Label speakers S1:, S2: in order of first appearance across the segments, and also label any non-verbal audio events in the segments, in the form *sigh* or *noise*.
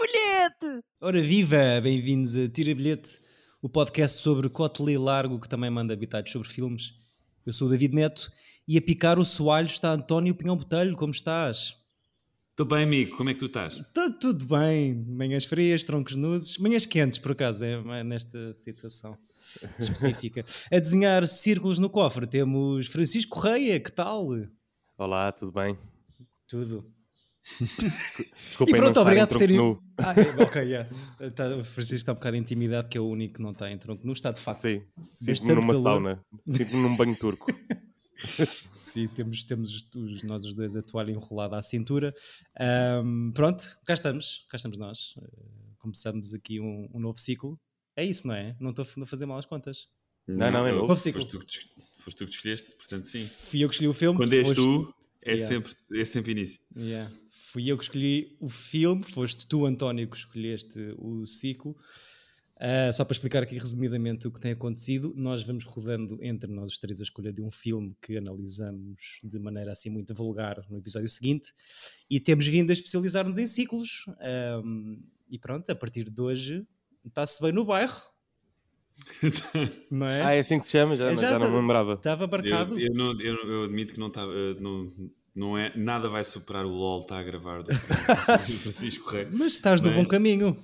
S1: bilhete!
S2: Ora viva, bem-vindos a Tira Bilhete, o podcast sobre Cotelê Largo, que também manda habitados sobre filmes. Eu sou o David Neto e a picar o soalho está António Pinhão Botelho, como estás?
S3: Estou bem, amigo, como é que tu estás?
S2: Está Tá tudo bem, manhãs frias, troncos nuzes, manhãs quentes por acaso, é nesta *laughs* situação específica. a desenhar círculos no cofre temos Francisco Correia, que tal?
S4: Olá, tudo bem?
S2: Tudo.
S4: Desculpem,
S2: e pronto,
S4: não
S2: obrigado por
S4: estar em
S2: terem.
S4: tronco nu.
S2: Ah, *laughs* é, ok, yeah. Tá, o Francisco está um bocado intimidado, que é o único que não está em tronco. Não está de facto.
S4: Sim,
S2: Mas
S4: sinto-me
S2: tanto
S4: numa
S2: calor.
S4: sauna, sinto-me num banho turco.
S2: Sim, temos, temos os- os, nós os dois a toalha enrolada à cintura. Ahm, pronto, cá estamos, cá estamos nós. Eh, Começamos aqui um, um novo ciclo. É isso, não é? Não estou a fazer mal as contas.
S4: Não, não, é novo.
S2: Novo ciclo.
S3: Foste tu, que, des- foste tu que escolheste, portanto sim.
S2: Fui eu que escolhi o filme.
S3: Quando és
S2: foste-
S3: tu, é,
S2: Yeah.
S3: sempre, é sempre início.
S2: Yeah. Fui eu que escolhi o filme, foste tu, António, que escolheste o ciclo. Ah, só para explicar aqui resumidamente o que tem acontecido, nós vamos rodando entre nós os três a escolha de um filme que analisamos de maneira assim muito vulgar no episódio seguinte e temos vindo a especializar-nos em ciclos. Ahm, e pronto, a partir de hoje está-se bem no *laughs* bairro, não *laughs* é?
S4: Ah, é assim que se chama, já,
S2: É,
S4: mas
S2: já
S4: já não
S2: tá-
S4: me lembrava.
S2: Estava
S3: eu,
S2: marcado.
S3: eu não- eu- eu admito que não estava. eu Não, não é, nada vai superar o LOL está a gravar do *laughs* Francisco Rei.
S2: Mas estás no
S3: Mas-
S2: bom caminho.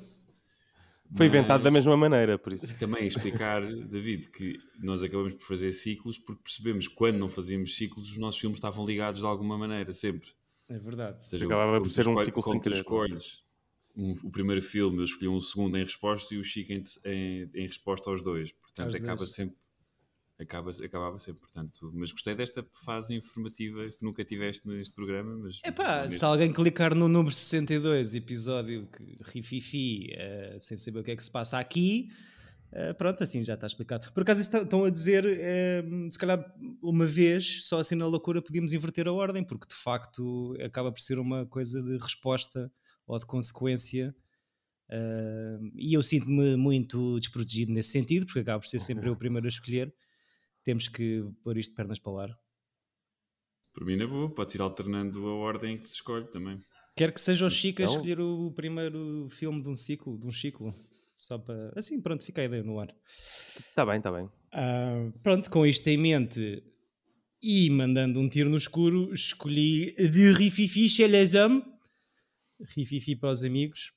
S4: Foi inventado da
S3: Mas-
S4: mesma maneira, por isso.
S3: Também é explicar, David, que nós acabamos por fazer ciclos porque percebemos que quando não fazíamos ciclos os nossos filmes estavam ligados de alguma maneira, sempre.
S2: É verdade.
S3: Ou seja,
S4: Acabava
S3: como
S4: por
S3: tu
S4: ser um
S3: escolhe-
S4: ciclo
S3: como
S4: sem
S3: tu
S4: querer. é?
S3: escolhes um- o primeiro filme, eu escolhi um segundo em resposta e o Chico em, em- em resposta aos dois. Portanto,
S2: Aos
S3: acaba
S2: dois.
S3: sempre. Acaba, acabava sempre, portanto. Mas gostei desta fase informativa que nunca tiveste neste programa. Mas
S2: Epá,
S3: neste-
S2: se alguém clicar no número 62, episódio que rififi, eh, sem saber o que é que se passa aqui, eh, pronto, assim já está explicado. Por acaso está- estão a dizer, eh, se calhar uma vez, só assim na loucura, podíamos inverter a ordem, porque de facto acaba por ser uma coisa de resposta ou de consequência. eh, e eu sinto-me muito desprotegido nesse sentido, porque acaba por ser sempre eu o primeiro a escolher. Temos que pôr isto de pernas para o ar.
S3: Por mim, na boa, podes ir alternando a ordem que se escolhe também.
S2: Quero que seja o Chico a
S4: Então-
S2: escolher o primeiro filme de um ciclo, de um ciclo. Só para. Assim, pronto, fica a ideia no ar.
S4: Está Tá bem, está bem.
S2: Ah, pronto, com isto em mente e mandando um tiro no escuro, escolhi de Rififi chez les hommes, Rififi para os amigos,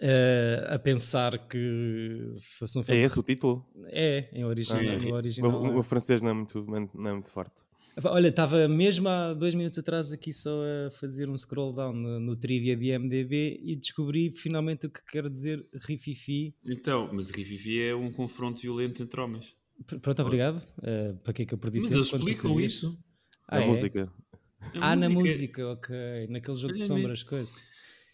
S2: ah, a pensar que fosse um
S4: É
S2: filme.
S4: esse o título?
S2: É, em original.
S3: Ah,
S2: no
S3: é.
S4: O,
S2: original
S4: o-
S2: é.
S4: o francês não é muito, não é muito forte.
S2: Epá, Olha, estava mesmo há dois minutos atrás aqui só a fazer um scroll down no, no trivia de MDB e descobri finalmente o que quer dizer rififi.
S3: Então, mas Rivivi é um confronto violento entre homens.
S2: Pr- Pronto, obrigado. Uh, para que é que eu perdi
S3: Mas
S2: tempo?
S3: eles
S2: quando tu
S3: explicam
S2: sabias?
S3: isso. É
S2: Ah,
S4: na
S2: é?
S4: música.
S2: Ah, na música, ok. Naquele jogo de
S3: Olha,
S2: sombras, coisa.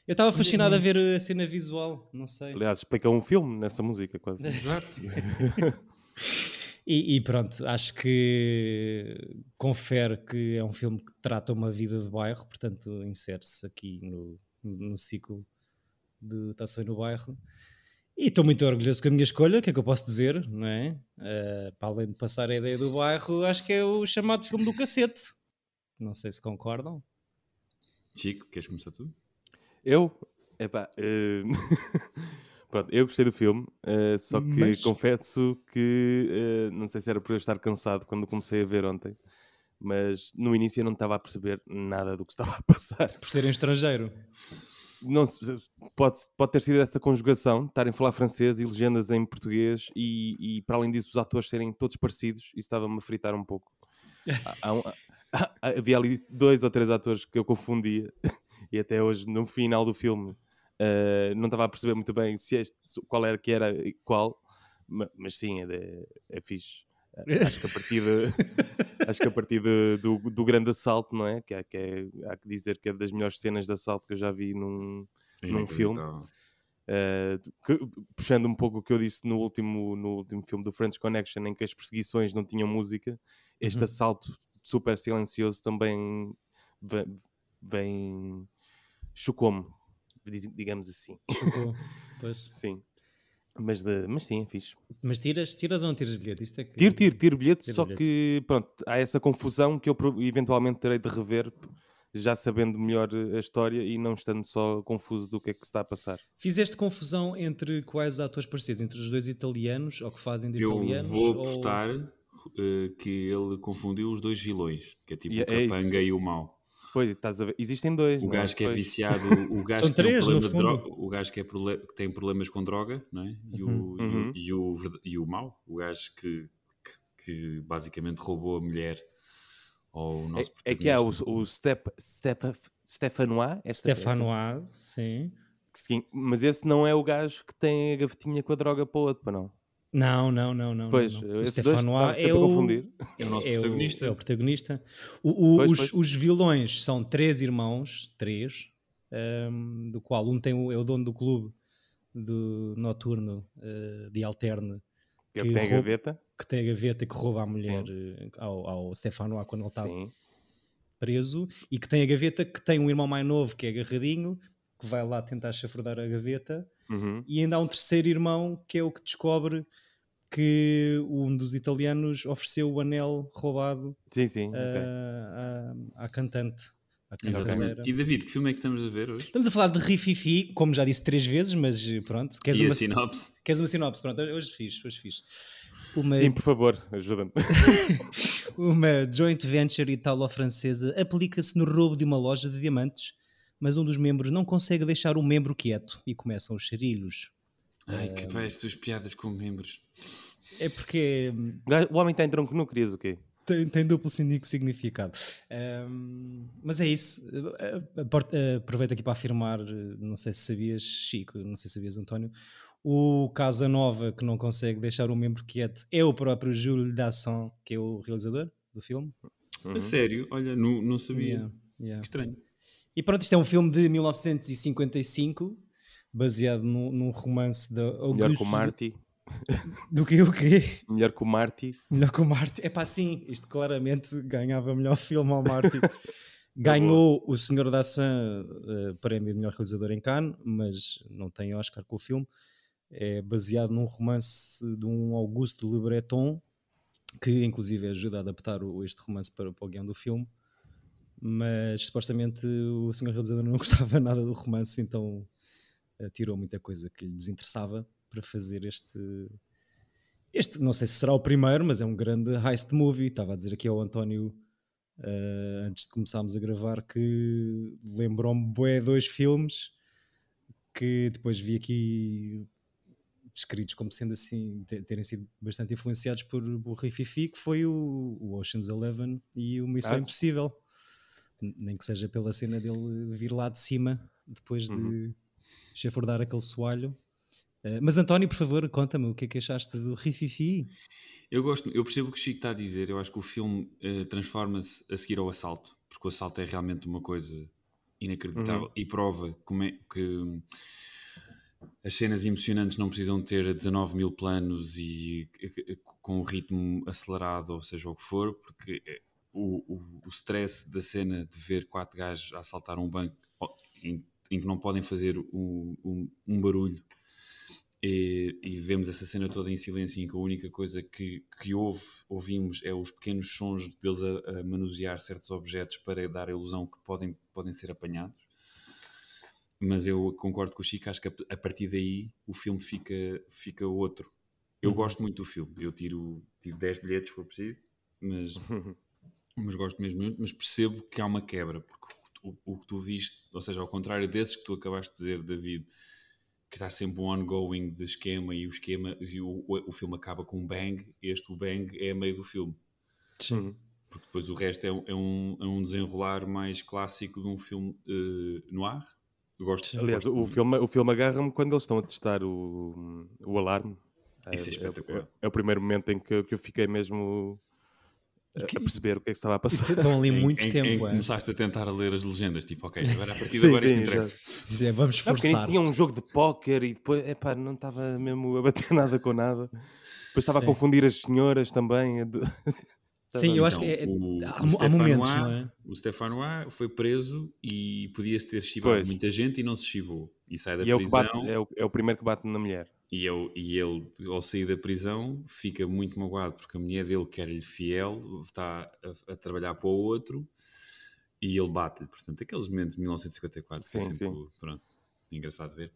S2: Eu estava fascinado a ver a cena visual, não sei.
S4: Aliás, explica um filme nessa música, quase.
S3: Exato.
S4: *laughs*
S2: E, e pronto, acho que confere que é um filme que trata uma vida de bairro, portanto insere-se aqui no, no ciclo de Está-se bem no bairro. E estou muito orgulhoso com a minha escolha, o que é que eu posso dizer, não é? Eh, para além de passar a ideia do bairro, acho que é o chamado filme do cacete. Não sei se concordam.
S3: Chico, queres começar tu?
S4: Eu? Epá, eh, *laughs* pronto, eu gostei do filme, eh, só que
S2: Mas-
S4: confesso que eh, não sei se era por eu estar cansado quando comecei a ver ontem, mas no início eu não estava a perceber nada do que *laughs* estava a passar.
S2: Por serem
S4: *laughs*
S2: estrangeiro.
S4: Não se- pode, pode ter sido essa conjugação, estarem a falar francês e legendas em português, e, e para além disso, os atores serem todos parecidos, isso estava-me a fritar um pouco. Há- há um- há- há- havia ali dois ou três atores que eu confundia, *laughs* e até hoje, no final do filme, eh, não estava a perceber muito bem se este- se- qual era que era e qual, ma- mas sim, é, de- é fixe. Acho que a partir, de- acho que a partir de- do, do grande assalto, não é? Que, há- que é? Há que dizer que é das melhores cenas de assalto que eu já vi num, Num é um filme.
S3: Então,
S4: Uh, que- puxando um pouco o que eu disse no último, no último filme do French Connection, em que as perseguições não tinham música, este
S2: Uhum.
S4: assalto super silencioso também ve- vem. chocou-me, diz- digamos assim. *laughs*
S2: Chocou. Tipo, Pois.
S4: Sim. Mas, de- mas sim, é fixe.
S2: Mas tiras, tiras ou não tiras bilhete? Isto é que...
S4: Tiro, tiro, tiro bilhete,
S2: Tiro
S4: só
S2: bilhete.
S4: que pronto, há essa confusão que eu pro- eventualmente terei de rever já sabendo melhor a história e não estando só confuso do que é que se está a passar.
S2: Fizeste confusão entre quais atores parecidos? Entre os dois italianos, ou que fazem de
S3: Eu
S2: italianos?
S3: vou
S2: ou-
S3: apostar eh, que ele confundiu os dois vilões, que é tipo
S4: E
S3: o
S4: é isso.
S3: capanga e o mau.
S4: Pois, estás a ver. Existem dois.
S3: O
S4: não é?
S3: gajo que é
S4: Pois. *laughs*
S3: viciado, o gajo
S2: São
S3: que tem um
S2: três, no
S3: problema de
S2: fundo.
S3: droga, o gajo que, é prole- que tem problemas com droga, não é? E o,
S2: Uhum.
S3: e o-
S4: Uhum.
S3: E, o, verd- e o mau, o gajo que, que, que basicamente roubou a mulher ou o nosso
S4: É, é que há o,
S3: protagonista.
S4: o Step, Step, Stefanois, é Ste- é
S2: Stefanois, sim.
S4: Que sim, mas esse não é o gajo que tem a gavetinha com a droga para o outro, para não.
S2: Não, não, não, não.
S4: pois, eh,
S2: não, não. O
S4: esses dois
S2: Stefano A
S4: estava sempre a confundir.
S3: É o nosso
S2: é
S3: protagonista.
S2: é o protagonista. O- o-
S4: Pois,
S2: os,
S4: pois.
S2: os vilões são três irmãos, três, ehm, do qual um tem o, é o dono do clube do noturno eh, de alterne,
S4: Que, é
S2: que
S4: o que tem a
S2: rouba-
S4: gaveta.
S2: que tem a gaveta que rouba a mulher eh, ao, ao Stefano A quando ele está
S4: Sim.
S2: preso, e que tem a gaveta que tem um irmão mais novo que é agarradinho, que vai lá tentar chafurdar a gaveta,
S4: Uhum.
S2: e ainda há um terceiro irmão que é o que descobre que um dos italianos ofereceu o anel roubado
S4: Sim, sim.
S3: Ah,
S4: ok.
S2: eh, à, à cantante. À cantadeira.
S3: Exatamente. E David, que filme é que estamos a ver hoje?
S2: Estamos a falar de Rififi, como já disse três vezes, mas eh, pronto, queres,
S3: e
S2: uma,
S3: a sinopse?
S2: queres uma sinopse? Pronto, hoje fiz, hoje fiz. Uma,
S4: Sim, por favor, ajuda-me.
S2: uma joint venture italo-francesa aplica-se no roubo de uma loja de diamantes, mas um dos membros não consegue deixar o membro quieto e começam os charilhos.
S3: Ai,
S2: Ehm.
S3: que pá, as tuas piadas com membros.
S2: É porque hum,
S4: O gajo- O homem está em tronco nu, querias o quê?
S2: Tem, tem duplo signi- significado. Ahm, mas é isso. Ah, apor- ah, Aproveito aqui para afirmar, eh, não sei se sabias, Chico, não sei se sabias, António, o Casanova, que não consegue deixar o membro quieto, é o próprio Júlio Dasson, que é o realizador do filme.
S4: Uhum.
S3: A sério? Olha, não, não sabia.
S2: Yeah, yeah.
S3: Que estranho.
S2: E pronto, isto é um filme de 1955, baseado num, num romance da
S4: Melhor
S2: Auguste...
S4: que o Marty.
S2: Do que o quê?
S4: Melhor que o Marty.
S2: *laughs* Melhor que o Marty. É pá, sim, isto claramente ganhava melhor filme ao Marty.
S4: *laughs*
S2: *laughs* Ganhou o Senhor Dassin eh, prémio de melhor realizador em Cannes, mas não tem Oscar com o filme. É baseado num romance de um Auguste Le Breton, que inclusive ajuda a adaptar o- este romance para, para o guião do filme. Mas supostamente o senhor realizador não *laughs* gostava nada do romance, então eh, tirou muita coisa que lhe desinteressava para fazer este. Este, não sei se será o primeiro, mas é um grande heist movie. Estava a dizer aqui ao António, eh, antes de começarmos a gravar, que lembrou-me bué dois filmes que depois vi aqui descritos como sendo assim, te- terem sido bastante influenciados por Burri Fifi, que foi o, o Ocean's Eleven e o Missão
S4: Ah.
S2: Impossível. N- Nem que seja pela cena dele vir lá de cima, depois de
S4: Uhum.
S2: chafurdar aquele soalho. Eh, mas António, por favor, conta-me o que é que achaste do Rififi?
S3: Eu gosto, eu percebo o que o Chico está a dizer. Eu acho que o filme eh, transforma-se a seguir ao assalto, porque o assalto é realmente uma coisa inacreditável e prova como é que hum, as cenas emocionantes não precisam ter 19 mil planos e eh, eh, com um ritmo acelerado, ou seja o que for, porque eh, o, o- o stress da cena de ver quatro gajos a assaltar um banco ó, em, em que não podem fazer um- um- um barulho e, e vemos essa cena toda em silêncio em que a única coisa que, que ouve, ouvimos é os pequenos sons deles a, a manusear certos objetos para dar a ilusão que podem, podem ser apanhados mas eu concordo com o Chico acho que a, a partir daí o filme fica, fica outro eu gosto muito do filme, eu tiro, tiro 10 bilhetes se for preciso mas, mas gosto mesmo muito, mas percebo que há uma quebra, porque o, o- o que tu viste, ou seja, ao contrário desses que tu acabaste de dizer, David, que está sempre um ongoing de esquema e o esquema e o, o, o filme acaba com um bang, este o bang é a meio do filme,
S4: Sim.
S3: porque depois o resto é, um- é um, é um desenrolar mais clássico de um filme eh, noir. Eu gosto,
S4: Aliás,
S3: gosto
S4: o filme, o filme agarra-me quando eles estão a testar o, o alarme.
S3: Isso é
S4: o-
S3: espetacular.
S4: É o primeiro momento em que, que eu fiquei mesmo a, a perceber o que é que estava a passar.
S2: Eh, Estão ali
S3: em-
S2: muito
S3: em- em que
S2: tempo. é.
S3: começaste a tentar ler as legendas,
S2: *laughs*
S3: tipo, ok, agora a partir de
S4: Sim,
S3: agora isto
S4: sim,
S3: interessa.
S4: já.
S2: É, Vamos
S4: Não, porque
S2: forçar.
S4: nisso tinha um jogo de póquer e depois, epá, não estava mesmo a bater *laughs* nada com nada. Depois estava
S2: Sim.
S4: a confundir as senhoras também. a de- *laughs*
S2: Sim, eu acho que
S3: Então,
S2: é-
S3: o-
S2: há,
S3: o
S2: mo- há
S3: Stefano
S2: momentos,
S3: A-
S2: não é?
S3: O Stefano A foi preso e podia-se ter chivado
S4: Pois.
S3: muita gente e não se chivou. E sai da
S4: E é o, que
S3: prisão
S4: bate, é, o, é o primeiro que bate na mulher.
S3: E, eu, e ele, ao sair da prisão, fica muito magoado porque a mulher dele, que era-lhe fiel, está a, a trabalhar para o outro. e ele bate-lhe. Portanto, aqueles momentos de 1954 que é
S4: Sim,
S3: sempre pronto, engraçado ver.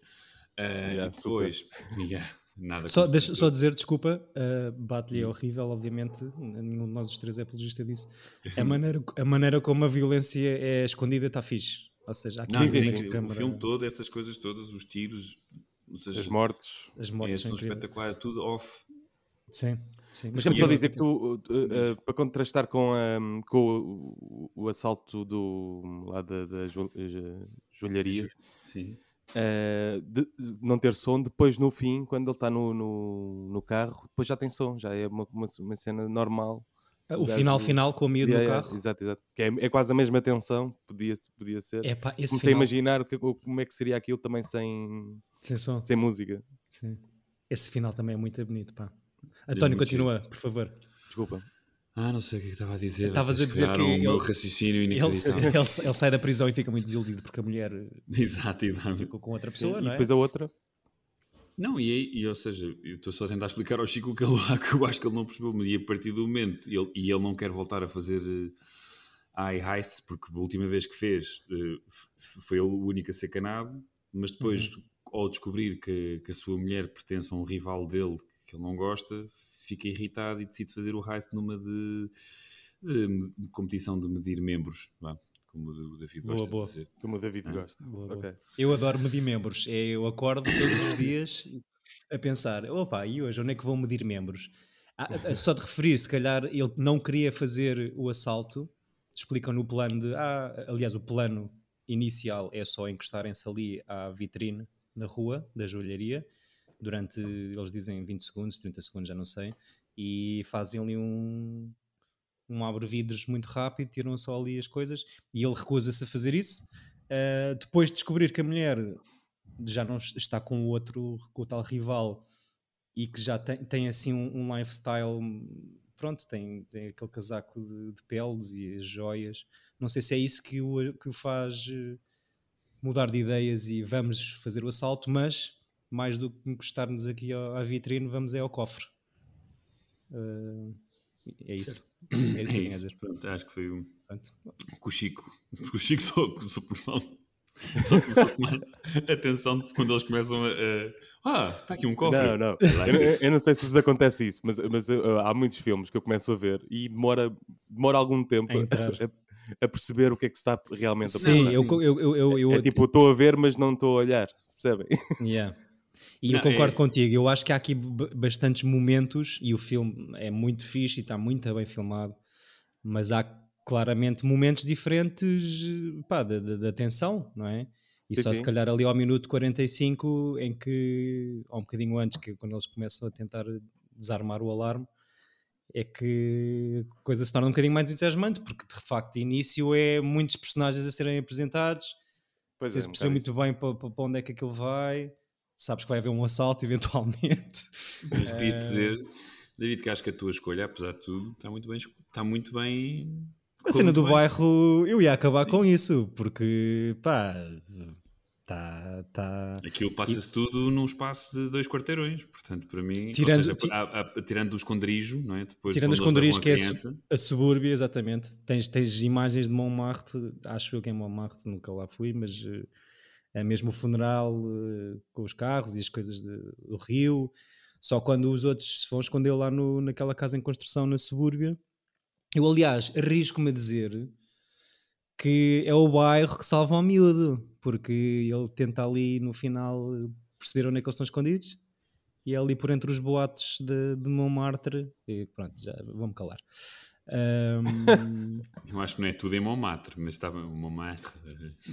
S3: Ah,
S4: Yeah,
S3: e depois, *laughs* yeah, nada
S2: Só,
S3: contra-
S2: deixa- só dizer, desculpa, uh, bate-lhe é horrível, obviamente, nenhum de nós os três é apologista disso.
S3: *laughs*
S2: A maneira, a maneira como a violência é escondida está fixe. Ou seja, há
S3: Não,
S2: aqui
S4: sim,
S3: sim,
S4: sim,
S2: de
S3: o
S2: câmara,
S3: filme todo, essas coisas todas, os tiros, ou seja,
S4: As mortes.
S2: as
S3: é,
S2: mortes são
S3: são
S2: incríveis.
S3: espetaculares, tudo off.
S2: Sim, sim.
S4: Mas sempre só
S2: continua,
S4: dizer que tu, uh, uh, uh, para contrastar com, a- com o, o- o assalto do, lá da, da jo- eh, joalharia,
S3: Sim.
S4: eh, de, de não ter som, depois no fim, quando ele está no, no, no carro, depois já tem som, já é uma, uma, uma cena normal.
S2: continua. O final, final, com o miúdo
S4: um Yeah,
S2: no
S4: yeah,
S2: carro.
S4: Exato, exato. Que é, é quase a mesma tensão, podia, podia ser.
S2: É pá, esse
S4: Comecei a
S2: final,
S4: imaginar o que- o- como é que seria aquilo também sem,
S2: sem som.
S4: sem música.
S2: Sim. Esse final também é muito bonito, pá. António,
S3: muito
S2: continua, por favor.
S4: Desculpa.
S3: Ah, não sei o que é que estava a dizer.
S2: Estavas
S3: vocês
S2: a dizer que
S3: cagaram o
S2: ele-
S3: meu raciocínio
S2: Ele,
S3: inacreditável.
S2: *laughs* ele- ele sai da prisão e fica muito desiludido porque a mulher eh,
S3: Uhum. *laughs* Exato, e dá
S2: ficou com outra
S4: Sim,
S2: pessoa,
S4: e
S2: não é?
S4: depois a outra.
S3: Não, e, aí- e ou seja, eu estou só a tentar explicar ao Chico o que ele, *laughs* que eu acho que ele não percebeu, mas e a partir do momento, ele, e ele não quer voltar a fazer eh, high heists, porque a última vez que fez eh, f- foi ele o único a ser canado, mas depois,
S2: Uhum.
S3: ao descobrir que, que a sua mulher pertence a um rival dele que ele não gosta, fica irritado e decide fazer o heist numa de, de competição de medir membros, vá, como o David
S2: Boa,
S3: gosta
S2: boa.
S3: de dizer.
S4: Como o David gosta.
S2: Ah, Boa, boa.
S4: Ok.
S2: Eu adoro medir membros. É, Eu acordo todos os dias a pensar: opa, e hoje onde é que vou medir membros? Ah, ah, Só de referir, se calhar ele não queria fazer o assalto. Explicam no plano de. Ah, aliás, o plano inicial é só encostarem-se ali à vitrine na rua da joalharia durante, eles dizem, 20 segundos, 30 segundos, já não sei, e fazem ali um. Um abre-vidros muito rápido, tiram só ali as coisas e ele recusa-se a fazer isso. Uh, depois de descobrir que a mulher já não es- está com o outro, com o tal rival e que já tem, tem assim um, um lifestyle, pronto, tem, tem aquele casaco de, de peles e as joias. Não sei se é isso que o, que o faz eh, mudar de ideias e vamos fazer o assalto, mas mais do que encostar-nos aqui ao- à vitrine, vamos é ao cofre. Uh, é isso. É isso que eu tinha a dizer.
S3: Pronto, acho que foi um.
S2: Pronto.
S3: com o Chico. Porque o Chico só, só, só, só começou a tomar *laughs* atenção quando eles começam a. a- ah, está aqui um cofre.
S2: *laughs*
S4: Não, não. Eu, eu- eu não sei se vos acontece isso, mas, mas, uh, há muitos filmes que eu começo a ver e demora, demora algum tempo
S2: A entrar.
S4: a, a perceber o que é que se está realmente a
S2: Sim,
S4: passar.
S2: eu, eu, eu, eu, eu
S4: É tipo, estou a ver, mas não estou a olhar. Percebem? *laughs*
S2: Yeah. E eu
S3: Não,
S2: concordo
S3: é-
S2: contigo. Eu acho que há aqui b- bastantes momentos e o filme é muito fixe e está muito bem filmado, mas há claramente momentos diferentes pá, da, da, da tensão, não é? E
S4: Sim,
S2: só se
S4: sim.
S2: calhar ali ao minuto 45, em que, ou um bocadinho antes, que quando eles começam a tentar desarmar o alarme, é que a coisa se torna um bocadinho mais entusiasmante, porque de facto, início é muitos personagens a serem apresentados,
S4: Pois é, um
S2: sem se perceber muito bem para, para onde é que aquilo vai. Sabes que vai haver um assalto *laughs* eventualmente.
S3: Mas queria dizer, David, que acho que a tua escolha, apesar de tudo, está muito bem. esco- Está muito bem.
S2: A cena do
S3: muito bem.
S2: bairro, eu ia acabar com isso, porque pá, tá, tá.
S3: Aquilo passa-se tudo num espaço de dois quarteirões, portanto, para mim,
S2: Tirando-
S3: ou seja,
S2: ti-
S3: há- há- tirando o esconderijo, não é? Depois,
S2: Tirando o
S3: quando eles
S2: esconderijo,
S3: levam a
S2: que é su-
S3: criança,
S2: A subúrbia, exatamente. Tens, tens imagens de Montmartre, acho eu que em Montmartre nunca lá fui, mas eh, é mesmo o funeral eh, com os carros e as coisas de- do Rio. Só quando os outros se vão esconder lá no, naquela casa em construção na subúrbia. Eu, aliás, arrisco-me a dizer que é o bairro que salva o miúdo, porque ele tenta ali no final eh, perceber onde é que eles estão escondidos. E é ali por entre os boatos de, de Montmartre. E pronto, já vou-me calar. Ahm, *laughs*
S3: eu acho que não é tudo em Montmartre, mas estava em Montmartre.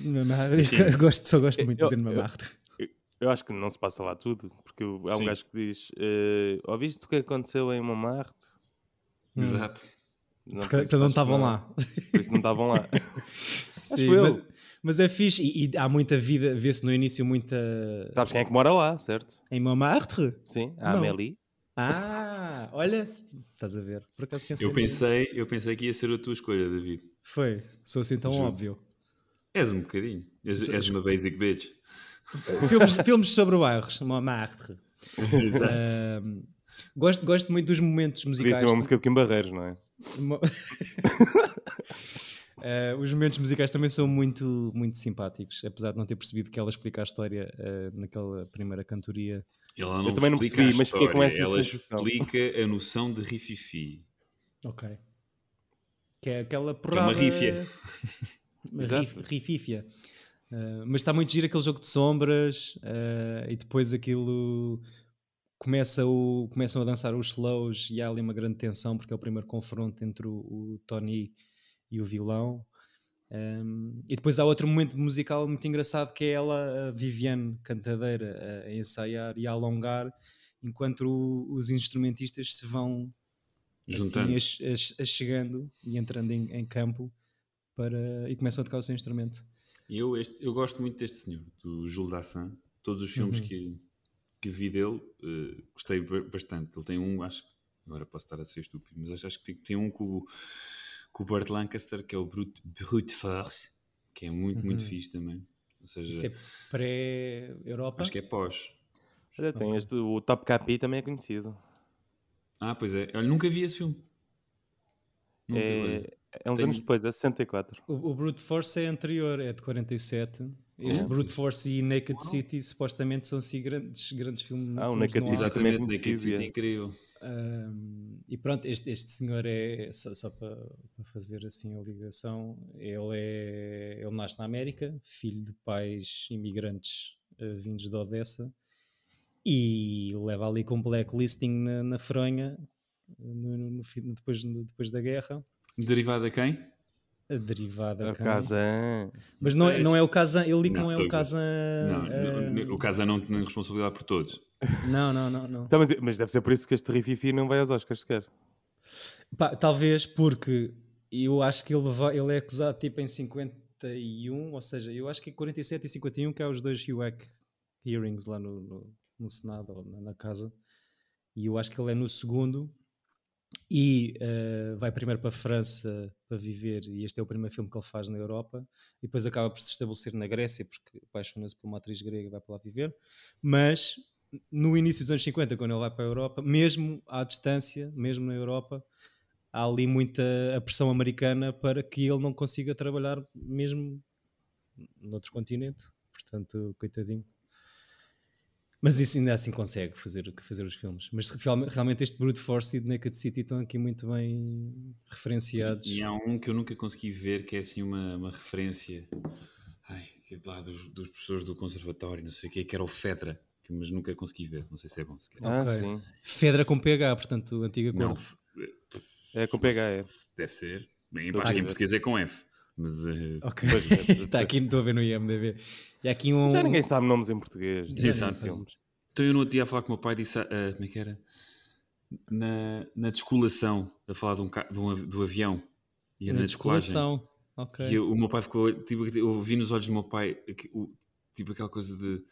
S2: Montmartre,
S3: Sim.
S2: é eu gosto, só gosto muito de
S4: Eu-
S2: dizer
S4: eu-
S2: Montmartre.
S4: Eu acho que não se passa lá tudo, porque eu- há um
S3: Sim.
S4: gajo que diz: eh, Ouviste o que aconteceu em Montmartre?
S2: Hum.
S3: Exato.
S4: Não,
S2: Porque
S4: por isso
S2: portanto, não
S4: acho que
S2: estavam lá.
S4: Por isso não estavam
S2: *laughs*
S4: lá. Acho
S2: Sim,
S4: eu.
S2: mas, mas é fixe. E, e há muita vida, vê-se no início muita.
S4: Sabes quem é que mora lá, certo?
S2: Em Montmartre?
S4: Sim, a
S2: Não.
S4: Amélie.
S2: Ah, olha, estás a ver. Por acaso pensei.
S3: Eu pensei, eu pensei que ia ser a tua escolha, David.
S2: Foi, sou assim tão
S3: Juro.
S2: óbvio.
S3: És um bocadinho. És,
S2: Sou-
S3: és uma basic bitch.
S2: filmes, filmes sobre bairros, Montmartre.
S3: *laughs* Exato.
S2: Ahm, gosto, gosto muito dos momentos
S4: Podia
S2: musicais. *laughs*
S4: ser uma música de Kim Barreiros, não é?
S2: Mo- Uh, os momentos musicais também são muito, muito simpáticos, apesar de não ter percebido que ela explica a história uh, naquela primeira cantoria.
S3: Ela não Eu também não percebi, mas fiquei com essa ela sensação. explica a noção de rififi.
S2: Ok. Que é aquela porrada...
S3: Que é uma rifia.
S2: *laughs* uma rif, rifífia. Uh, mas está muito giro aquele jogo de sombras eh, e depois aquilo... Começa o, começam a dançar os slows e há ali uma grande tensão porque é o primeiro confronto entre o, o Tony e o vilão. Um, e depois há outro momento musical muito engraçado que é ela, a Viviane Cantadeira, a, a ensaiar e a alongar, enquanto o, os instrumentistas se vão Juntando. assim, a, a, chegando e entrando em, em, campo para, e começam a tocar o seu instrumento.
S3: Eu, este, eu gosto muito deste senhor, do Jules Dassin. Todos os filmes uhum. que, que vi dele, uh, gostei bastante. Ele tem um, acho que agora posso estar a ser estúpido, mas acho, acho que tem, tem um cubo com o Burt Lancaster, que é o Brute, Brute Force, que é muito, uhum. muito fixe também. Ou seja,
S2: Isso é pré-Europa?
S3: Acho que é pós.
S4: Olha, é, tem okay. este, o Top Capi também é conhecido.
S3: Ah, pois é. Eu nunca vi esse filme.
S4: Nunca é, vi. é uns tem... anos depois, é 64.
S2: O, o, Brute Force é anterior, é de 47. Este oh. Brute Force e Naked oh. City supostamente são assim grandes, grandes filmes.
S4: Ah,
S2: filmes
S4: o Naked City também é
S3: Naked City é incrível.
S2: Um, e pronto, este, este senhor é, só, só para, para, fazer assim a ligação, ele, é, ele nasce na América, filho de pais imigrantes uh, vindos de Odessa, e leva ali com blacklisting na, na fronha, no, no, no, depois, depois da guerra.
S3: Derivada a quem?
S2: A derivada
S4: a É Kazan.
S2: Mas não é, não é o Kazan, ele li que não, não é o Kazan. ah, eh,
S3: Não, uh... O Kazan não tem responsabilidade por todos.
S2: Não, não, não. não.
S4: Então, mas, mas, deve ser por isso que este Rififi não vai aos Oscars sequer.
S2: Pá, talvez porque eu acho que ele, vai, ele é acusado tipo em 51, ou seja, eu acho que é 47 e 51 que há os dois UAC hearings lá no, no, no Senado ou na, na, casa. E eu acho que ele é no segundo e uh, vai primeiro para a França para viver e este é o primeiro filme que ele faz na Europa e depois acaba por se estabelecer na Grécia porque apaixona-se por uma atriz grega e vai para lá viver mas no início dos anos 50, quando ele vai para a Europa, mesmo à distância, mesmo na Europa, há ali muita a pressão americana para que ele não consiga trabalhar mesmo noutro continente. Portanto, coitadinho. Mas isso ainda assim consegue fazer, fazer os filmes. Mas realmente este Brute Force e The Naked City estão aqui muito bem referenciados.
S3: E há um que eu nunca consegui ver que é assim uma, uma referência Ai, é lá dos, dos professores do conservatório, não sei o que, que era o Fedra mas nunca consegui ver. Não sei se é bom sequer.
S4: Ah, okay. sim.
S2: Fedra com PH, portanto, antiga com. Não.
S4: É com PH,
S2: *laughs*
S4: é.
S3: Deve ser. Bem, acho que em português é com F. Mas. Uh,
S2: ok. *laughs* Está Tá aqui, estou a ver no IMDB. E aqui um...
S4: é, Já ninguém sabe nomes em português.
S3: Exato. Filmes. Então eu no outro dia a falar com o meu pai disse. Uh, como é que era? Na, na descolação, a falar de um, de um, do avião. E
S2: na, na um descolação. Okay.
S3: E eu, o meu pai ficou. Tipo, eu vi nos olhos do meu pai o, tipo aquela coisa de.
S2: *laughs*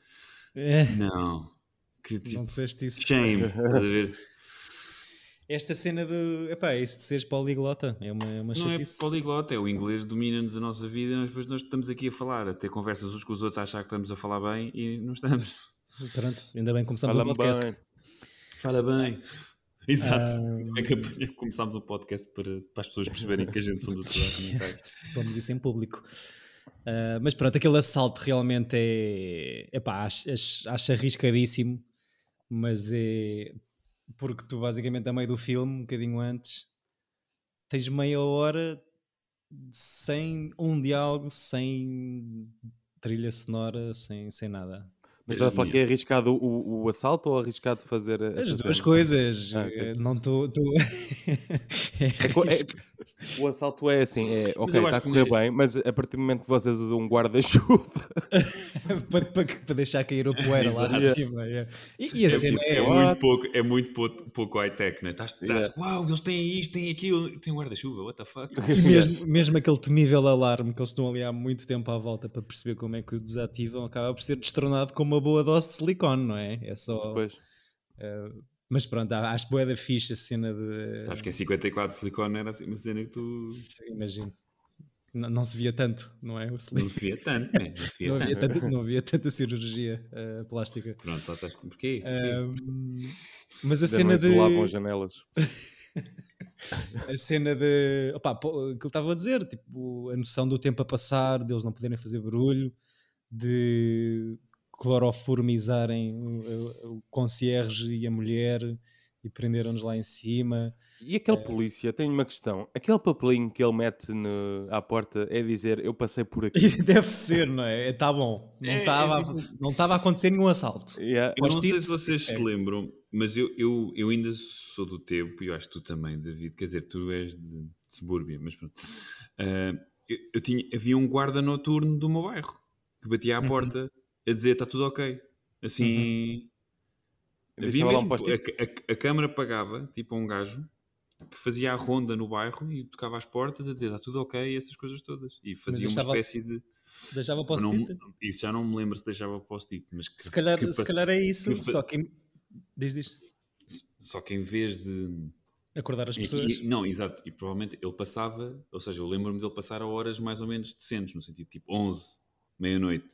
S2: É.
S3: Não. Que tipo,
S2: não disseste isso.
S3: *laughs* Shame. a ver?
S2: Esta cena do. Epá, isso de seres poliglota é uma, é uma
S3: Não
S2: chatice.
S3: é poliglota, é o inglês domina-nos a nossa vida, mas depois nós estamos aqui a falar, a ter conversas uns com os outros, a achar que estamos a falar bem e não estamos.
S2: Pronto, ainda bem começámos Fala o podcast.
S3: Bem. *laughs* Fala bem. *laughs* Exato.
S2: Ah.
S3: Um... É começámos o um podcast para, para, as pessoas perceberem que a gente somos
S2: *laughs*
S3: assim, é? *laughs* a
S2: Vamos isso em público. Uh, mas pronto, aquele assalto realmente é. Epá, acho, acho, acho arriscadíssimo, mas é. Porque tu, basicamente, a meio do filme, um bocadinho antes, tens meia hora sem um diálogo, sem trilha sonora, sem, sem nada.
S4: Mas estás a falar que é arriscado o, o assalto ou arriscado fazer
S2: a, as duas coisas? Ah, okay. Não estou. Tô... *laughs*
S4: é é, é, o assalto é assim, é, ok, está a correr bem, mas a partir do momento que vocês usam um guarda-chuva
S2: para, para, para, deixar cair o poeira lá de cima. Yeah. E, e a cena
S3: é, muito pouco, é muito pouco, pouco high-tech, né? Estás, estás, yeah. uau, eles têm isto, têm aquilo, têm um guarda-chuva, what the fuck? *laughs*
S2: E mesmo, mesmo aquele temível alarme que eles estão ali há muito tempo à volta para perceber como é que o desativam, acaba por ser destronado como uma boa dose de silicone, não é? É só.
S4: Depois.
S2: Uh, mas pronto, acho boa da ficha a cena de.
S3: Sabes que em 54 silicone era assim uma cena que tu.
S2: Sim, imagino. Não, não, se via tanto, não é?
S3: O silicone. Não se via tanto, né? não, se
S2: *laughs*
S3: via
S2: não,
S3: tanto.
S2: Havia tanto, não havia tanta cirurgia uh, plástica.
S3: Pronto,
S2: Ah,
S3: só estás com porquê?
S2: Uh, mas a cena de.
S4: lavam janelas.
S2: a cena de. Opa, pô, que ele estava a dizer, tipo, a noção do tempo a passar, deles não poderem fazer barulho, de cloroformizarem o, o, o concierge e a mulher e prenderam-nos lá em cima. *laughs*
S4: E aquele
S2: É.
S4: polícia, tenho uma questão. Aquele papelinho que ele mete no, à porta é dizer eu passei por aqui.
S2: *laughs* Deve ser, não é? Está bom. Não estava é, é, não tava a acontecer nenhum assalto.
S4: Yeah.
S3: Eu não
S2: tipo,
S3: sei se vocês
S2: é.
S3: se lembram, mas eu, eu, eu ainda sou do tempo, e eu acho que tu também, David, quer dizer, tu és de subúrbio, mas pronto. Uh, eu, eu, tinha, havia um guarda noturno do meu bairro que batia à uhum. porta a dizer está tudo ok. Assim. Uhum. Havia mesmo, um
S4: é
S3: a, a, a, câmara pagava, tipo, a um gajo que fazia a ronda no bairro e tocava às portas a dizer está tudo ok e essas coisas todas. E fazia uma espécie de.
S2: Deixava post-it?
S3: Isso já não me lembro se deixava post-it, mas que,
S2: se, calhar,
S3: que
S2: se pass... calhar é isso, que... só que. Diz, diz.
S3: Só que em vez de.
S2: Acordar as pessoas.
S3: E, não, exato. E provavelmente ele passava, ou seja, eu lembro-me dele passar a horas mais ou menos decentes, no sentido tipo 11, meia-noite.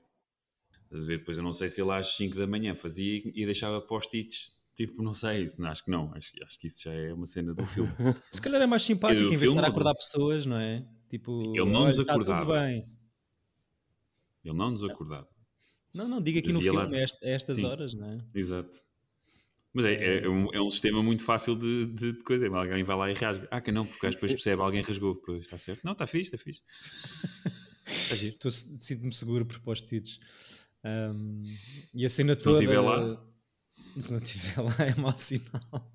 S3: Estás a ver? Depois eu não sei se ele às 5 da manhã fazia e deixava post-its. Tipo, não sei, não, acho que não. Acho, acho que isso já é uma cena do
S2: *laughs*
S3: filme.
S2: se calhar é mais simpático é em vez de estar a acordar pessoas, não é? Tipo,
S3: Sim, ele não nos acordava. Tá ele não nos acordava.
S2: Não, não, diga aqui Mas no filme, lá... a estas Sim. horas, não é?
S3: Exato. Mas é, é, é, um, é, um, sistema muito fácil de, de, de, coisa. Alguém vai lá e rasga. Ah, que não, porque depois percebe, alguém rasgou. Pois, está certo. Não, está fixe, está *laughs* fixe.
S2: Estou, sinto-me seguro por post-its. Um, e a cena se toda.
S3: Não lá...
S2: Se não estiver lá, é mau sinal.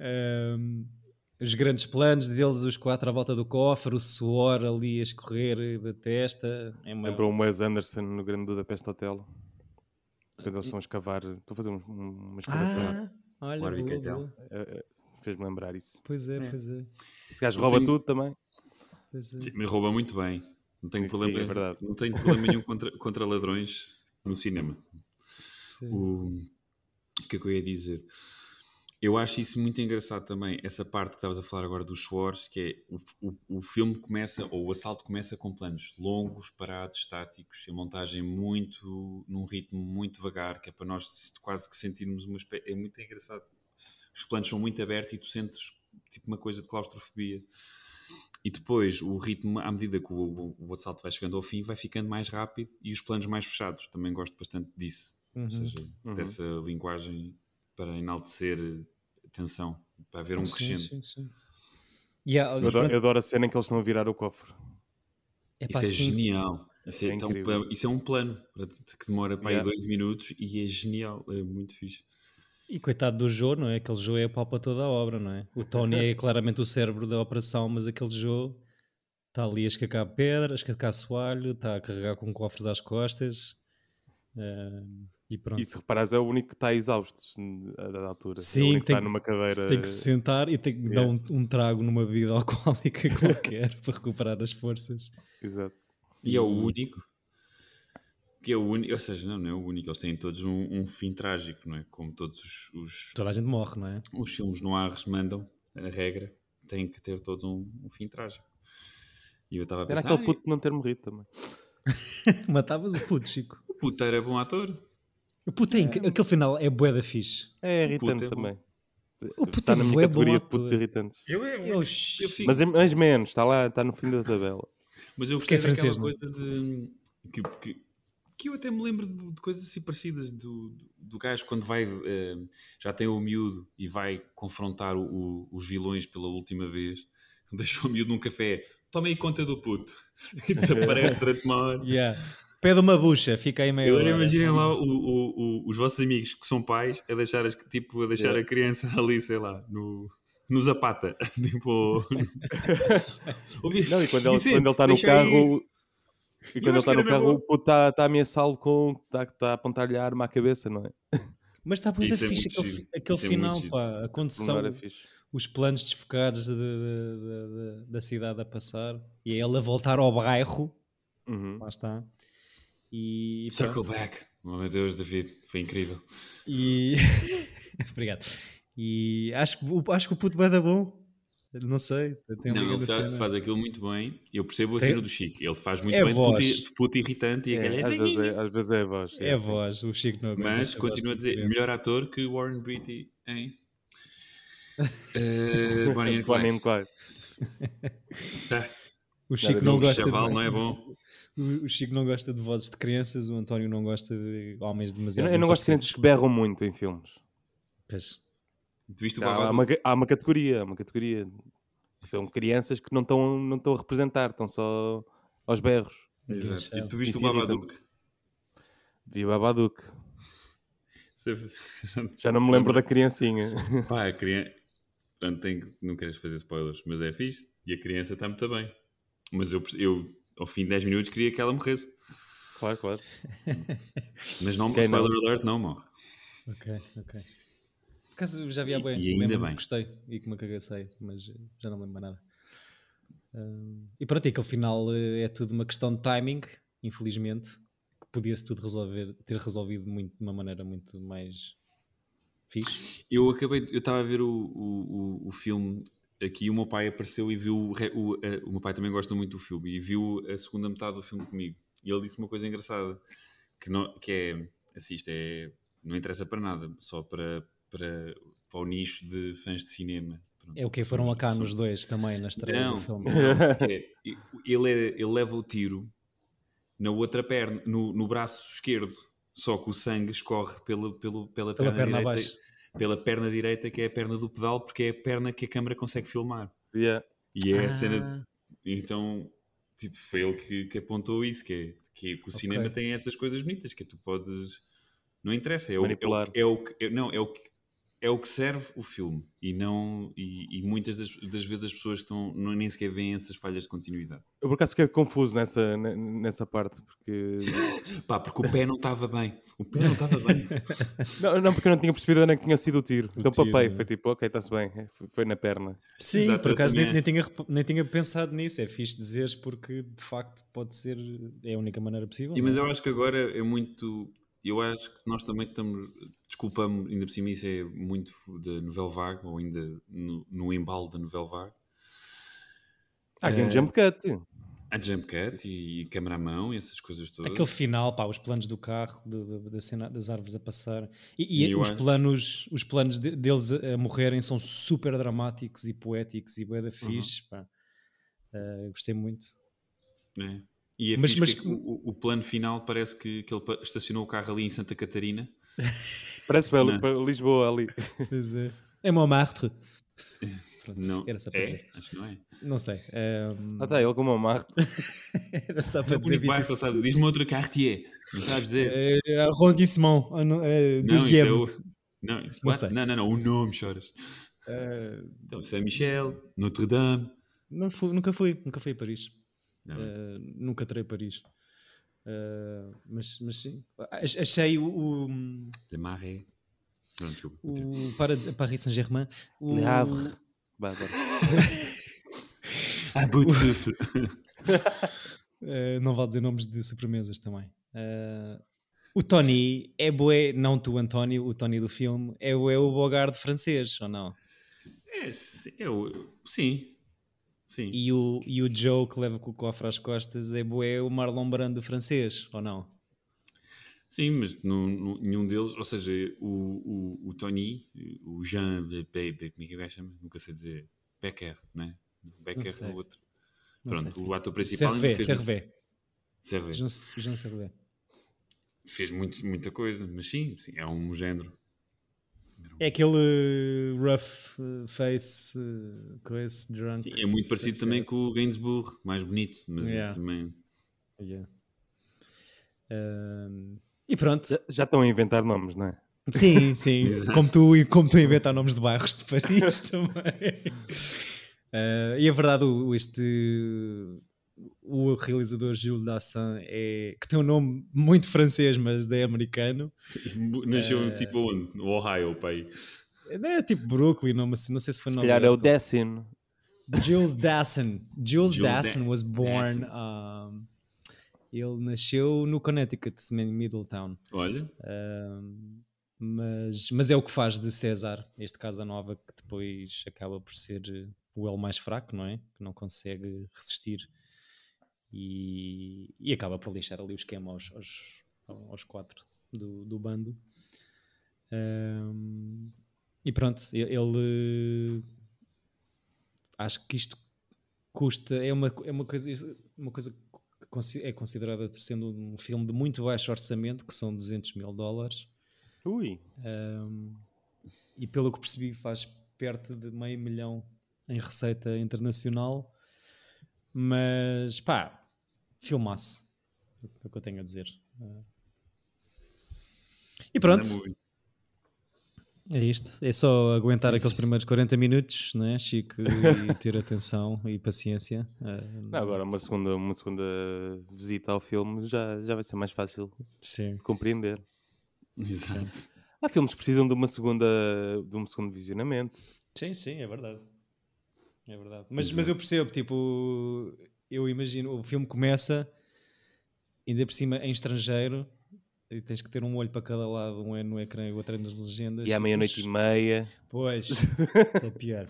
S2: um, os grandes planos deles, os quatro à volta do cofre, o suor ali a escorrer da testa.
S4: É uma... Lembrou o Wes Anderson no Grande Budapeste Hotel. Quando eles estão a escavar, estão a fazer um, uma escavação.
S2: Ah, olha, boa, boa.
S4: fez-me lembrar isso.
S2: Pois é, é. pois é.
S4: Esse gajo rouba tenho... tudo também.
S3: É. Sim, me rouba muito bem. Não tenho, problema, Sim, é não tenho problema nenhum contra, contra ladrões no cinema. Sim. O que é que eu ia dizer? Eu acho isso muito engraçado também, essa parte que estavas a falar agora dos Schwarz, que é o, o, o, filme começa, ou o assalto começa com planos longos, parados, estáticos, a montagem muito, num ritmo muito devagar, que é para nós quase que sentirmos uma espécie. É muito engraçado. Os planos são muito abertos e tu sentes tipo uma coisa de claustrofobia. E depois o ritmo, à medida que o, o, o, assalto vai chegando ao fim, vai ficando mais rápido e os planos mais fechados. Também gosto bastante disso. Uhum. Ou seja, uhum. dessa linguagem para enaltecer tensão, para haver um
S2: sim, Sim,
S3: crescendo.
S2: sim. Yeah,
S4: eu, adoro, eu, adoro, a cena em que eles estão a virar o cofre.
S3: É isso é sim.
S2: assim,
S3: genial. Isso é, é então, isso é, um plano que demora para yeah. aí dois minutos e é genial. É muito fixe.
S2: E coitado do Joe, não é? Aquele Joe é a palpa toda a obra, não é? O Tony é claramente o cérebro da operação, mas aquele Joe está ali a escacar pedra, a escacar soalho, está a carregar com cofres às costas. Uh, e pronto.
S4: E se reparares, é o único que está exausto da altura.
S2: Sim,
S4: é
S2: tem,
S4: que, numa cadeira.
S2: tem que se sentar e tem que yeah. dar um, um, trago numa bebida *laughs* alcoólica qualquer *laughs* para recuperar as forças.
S4: Exato.
S3: E é o único que é o único, ou seja, não, não, é o único, eles têm todos um, um fim trágico, não é? Como todos os, os,
S2: Toda a gente morre, não é?
S3: Os filmes noirs mandam, a regra, tem que ter todo um, um fim trágico. E eu estava a pensar.
S4: Era aquele puto de não ter morrido também.
S2: Matavas o puto, Chico.
S3: O puto era bom ator.
S2: O puto é, é. aquele final é bué da fixe.
S4: É irritante é também.
S2: O puto é está
S4: na
S2: minha
S4: categoria de putos irritantes.
S3: Eu, eu, eu, fico...
S4: mas, mas menos, está lá, está no fim da tabela.
S3: Mas eu gostei é francês, daquela coisa de. Que, que que eu até me lembro de, de coisas assim parecidas do, do, do gajo quando vai uh, já tem o miúdo e vai confrontar o, o, os vilões pela última vez *laughs* deixa o miúdo num café toma aí conta do puto *laughs* e desaparece durante uma
S4: *laughs*
S3: hora
S2: yeah. pede uma bucha, fica aí
S4: É
S2: meio
S3: agora imaginem lá o, os vossos amigos que são pais a deixar, as, tipo, a,
S4: É.
S3: deixar yeah. a criança *laughs* ali, sei lá no, no Zapata *laughs*
S4: *laughs*
S3: tipo
S4: Não, *laughs* e quando ele está no carro aí... E quando ele está no carro, o puto está tá a ameaçá-lo com. está tá a apontar-lhe a arma à cabeça, não é?
S2: Mas está muito é fixe aquele, giro. aquele Isso final, é pá. A
S4: um
S2: condução, é os planos desfocados de, de, de, da cidade a passar e é ele a voltar ao bairro. Uhum. Lá está. E,
S3: Circle pronto. back. Oh, meu Deus, David, foi incrível.
S2: E. *laughs* Obrigado. E acho, acho que o puto vai dar bom. Não sei.
S3: não, ele faz, faz aquilo muito bem. Eu percebo a cena do Chico. Ele faz muito é bem voz. de puto, irritante. E
S4: é, aquele... às, vezes é, às vezes é a voz.
S2: É, é a voz. O Chico não
S3: Mas continua a dizer, melhor ator que Warren Beatty em... Uh, Bonnie and
S4: Bonnie
S3: Clyde.
S4: and Clyde.
S2: O Chico
S4: Nada
S2: não
S3: O
S2: gosta
S3: chaval
S2: de,
S3: não é bom.
S2: O o Chico não gosta de vozes de crianças, o António não gosta de homens
S4: Eu
S2: demasiado.
S4: não, eu não gosto de crianças que berram muito em filmes.
S2: Pois.
S3: Viste o
S4: Tipo, Há, há
S3: Babadook?
S4: uma, ca- há uma categoria, há uma categoria. que São crianças que não estão não estão a representar, estão só aos berros.
S3: Exato. E tu viste
S4: Isso
S3: o Babadook?
S4: Vi Babadook.
S3: Você-
S4: Já não me lembro da criancinha.
S3: *laughs* Pá, a criança. Pronto, tem que- não queres fazer spoilers, mas é fixe. E a criança está muito bem. Mas eu, perce- eu, ao fim de 10 minutos, queria que ela morresse.
S4: *laughs* claro, claro.
S3: Mas não,
S4: Quem não?
S3: spoiler alert, não morre.
S2: Ok, ok. Por acaso já vi há
S3: E-
S2: bem.
S3: e ainda
S2: Lembro-me
S3: bem.
S2: que Gostei e que me cagacei, mas eh, já não me lembro mais nada. Ahm, e pronto, e aquele final eh, é tudo uma questão de timing, infelizmente, que podia-se tudo resolver, ter resolvido muito, de uma maneira muito mais fixe.
S3: Eu acabei, eu estava a ver o, o, o- o filme aqui e o meu pai apareceu e viu. O, re- o, eh, o meu pai também gosta muito do filme e viu a segunda metade do filme comigo. E ele disse uma coisa engraçada: que, não, que é. Assista, é, não interessa para nada, só para, para, para o nicho de fãs de cinema. Pronto,
S2: É o que foram
S3: somos-
S2: a cá
S3: somos-
S2: nos dois também na estreia
S3: Não.
S2: do filme.
S3: que é, ele, é- ele leva o tiro na outra perna, no, no braço esquerdo, só que o sangue escorre pela, pela, pela,
S2: Pela perna
S3: direita,
S2: abaixo.
S3: pela perna direita, que é a perna do pedal, porque é a perna que a câmara consegue filmar.
S4: *laughs* Yeah.
S3: E é
S2: Ah,
S3: a cena. Então, tipo, foi ele que, que apontou isso, que, é, que, é que o cinema tem essas coisas bonitas, que tu podes. Não interessa, é o, é o,
S4: Manipular.
S3: é o que. é- não, é o que. É o que serve o filme e não e, e muitas das, das vezes as pessoas que estão não- nem sequer veem essas falhas de continuidade.
S4: Eu por acaso fiquei confuso nessa, ne- nessa parte, porque. *laughs*
S3: Pá, porque o pé não estava bem. O pé não estava bem.
S4: não, não, porque eu não tinha percebido onde é que tinha sido o tiro. então
S2: tiro,
S4: papei,
S2: né?
S4: foi tipo, ok, está-se bem, é, foi- foi na perna.
S2: Sim,
S3: Exato,
S2: por
S3: eu
S2: acaso
S3: também
S2: nem, nem tinha, rep- nem tinha pensado nisso. É fixe dizeres porque de facto pode ser. É a única maneira possível.
S3: E, mas
S2: não é?
S3: eu acho que agora é muito. Eu acho que nós também estamos. Desculpa-me, ainda por cima, isso é muito da novela vaga, ou ainda no, no embalo da novela vaga.
S4: Ah, aqui um jump cut.
S3: Há jump cut e câmera à mão e essas coisas todas.
S2: Aquele final, pá, os planos do carro, do- do- da cena das árvores a passar. E, e
S3: E eu
S2: os
S3: acho-
S2: planos, os planos de- deles a, a morrerem são super dramáticos e poéticos e bué
S3: Uhum.
S2: da fixe. pá. Eh, gostei
S3: *laughs*
S2: muito.
S3: né? E é
S2: Mas-
S3: fixe
S2: mas-
S3: que o, o- o plano final parece que, que ele pa- estacionou o carro ali em Santa Catarina.
S4: Parece para,
S3: Não.
S4: para Lisboa ali.
S2: Pois é. É Montmartre. Pronto,
S3: Não,
S2: Era só para
S3: é?
S2: dizer.
S3: Acho que não é.
S2: Não sei. ehm,
S4: Ah, tá, ele com uma marca.
S2: *laughs* era só para
S3: O
S2: dizer.
S3: único bairro
S2: 25.
S3: que ele sabe. Diz-me outro Cartier. Não sabes dizer?
S2: Eh, arrondissement. ah, não, eh,
S3: não, isso é
S2: deuxième.
S3: o... Não, isso-
S2: Não
S3: what?
S2: sei.
S3: não, não, não, o nome choras.
S2: Eh,
S3: Então, Saint-Michel, Notre-Dame.
S2: Não fui- nunca fui, nunca fui a Paris.
S3: Não,
S2: Eh, nunca terei Paris. Eh, mas, mas sim. Ach- Achei o, o,
S3: Le Marais. Não, desculpa. continua.
S2: o para dizer- Um Paris Saint-Germain. um, O,
S4: Le Havre. Bárbaro.
S3: Ah, Butsuft.
S2: Eh, não vale dizer nomes de sobremesas também. Eh, o Tony é boé, não tu, António, o Tony do filme, é bué o Bogard francês, ou não?
S3: É, se- eu, sim. Sim.
S2: E o, e o Joe que leva com o cofre às costas é boé o Marlon Brando francês, ou não?
S3: Sim, mas não- não- nenhum deles, ou seja, o, o, o Tony, o Jean, Be- Be- Be- como é que o gajo chama? Nunca sei dizer. Becker, né? Becker
S2: sei.
S3: é o outro.
S2: Não
S3: Pronto,
S2: sei.
S3: o ator principal.
S2: CRV,
S3: fez-
S2: CRV.
S3: Servé.
S2: João, João CRV.
S3: Fez muito- muita coisa, mas sim, sim, é um género.
S2: É aquele rough eh, face eh, com esse drunk.
S3: Sim, é muito parecido também
S2: success.
S3: com o Gainsbourg, mais bonito, mas
S2: Yeah.
S3: também. *laughs*
S2: Yeah. Ahm, e pronto.
S4: Já, já estão a inventar nomes, não é?
S2: Sim, sim. como, tu, e como tu inventar nomes de bairros de Paris *laughs* também. Ah, e a verdade, o, o- este. O realizador Gilles Dassin é. que tem um nome muito francês, mas é americano.
S3: Nasceu
S2: Eh,
S3: tipo onde? No Ohio, pai.
S2: É tipo Brooklyn, não, mas não sei se foi
S4: Se
S2: Nova
S4: calhar é o
S2: Iorque.
S4: décimo.
S2: Jules Dassin. Jules
S3: Jules
S2: Dassin
S3: Da-
S2: was born.
S3: Dassin.
S2: um, ele nasceu no Connecticut, em Middletown.
S3: Olha,
S2: Um, mas, mas é o que faz de César, este Casanova, que depois acaba por ser eh, o L mais fraco, não é? Que não consegue resistir e, e acaba por lixar ali o esquema aos, aos, aos quatro do, do bando. Um, E pronto, ele, ele, acho que isto custa, é uma, é uma coisa, uma coisa que é considerada sendo um filme de muito baixo orçamento, que são 200 mil dólares.
S4: Ui.
S2: Um, e pelo que percebi, faz perto de meio milhão em receita internacional. Mas pá, filmaço. É o que eu tenho a dizer. E pronto. É isto. É só aguentar Isso. aqueles primeiros 40 minutos, né, Chico? E ter atenção e paciência. Eh,
S4: Não,
S2: Uhum.
S4: agora, uma segunda, uma segunda visita ao filme já, já vai ser mais fácil
S2: Sim.
S4: de compreender.
S3: Exato.
S4: Há filmes que precisam de uma segunda de um segundo visionamento.
S2: Sim, sim, é verdade. É verdade. Mas, Exato. mas eu percebo, tipo, eu imagino, o filme começa ainda por cima em estrangeiro e tens que ter um olho para cada lado, um é no ecrã e o outro é nas legendas.
S4: E à meia-noite e meia.
S2: Pois, isso é pior.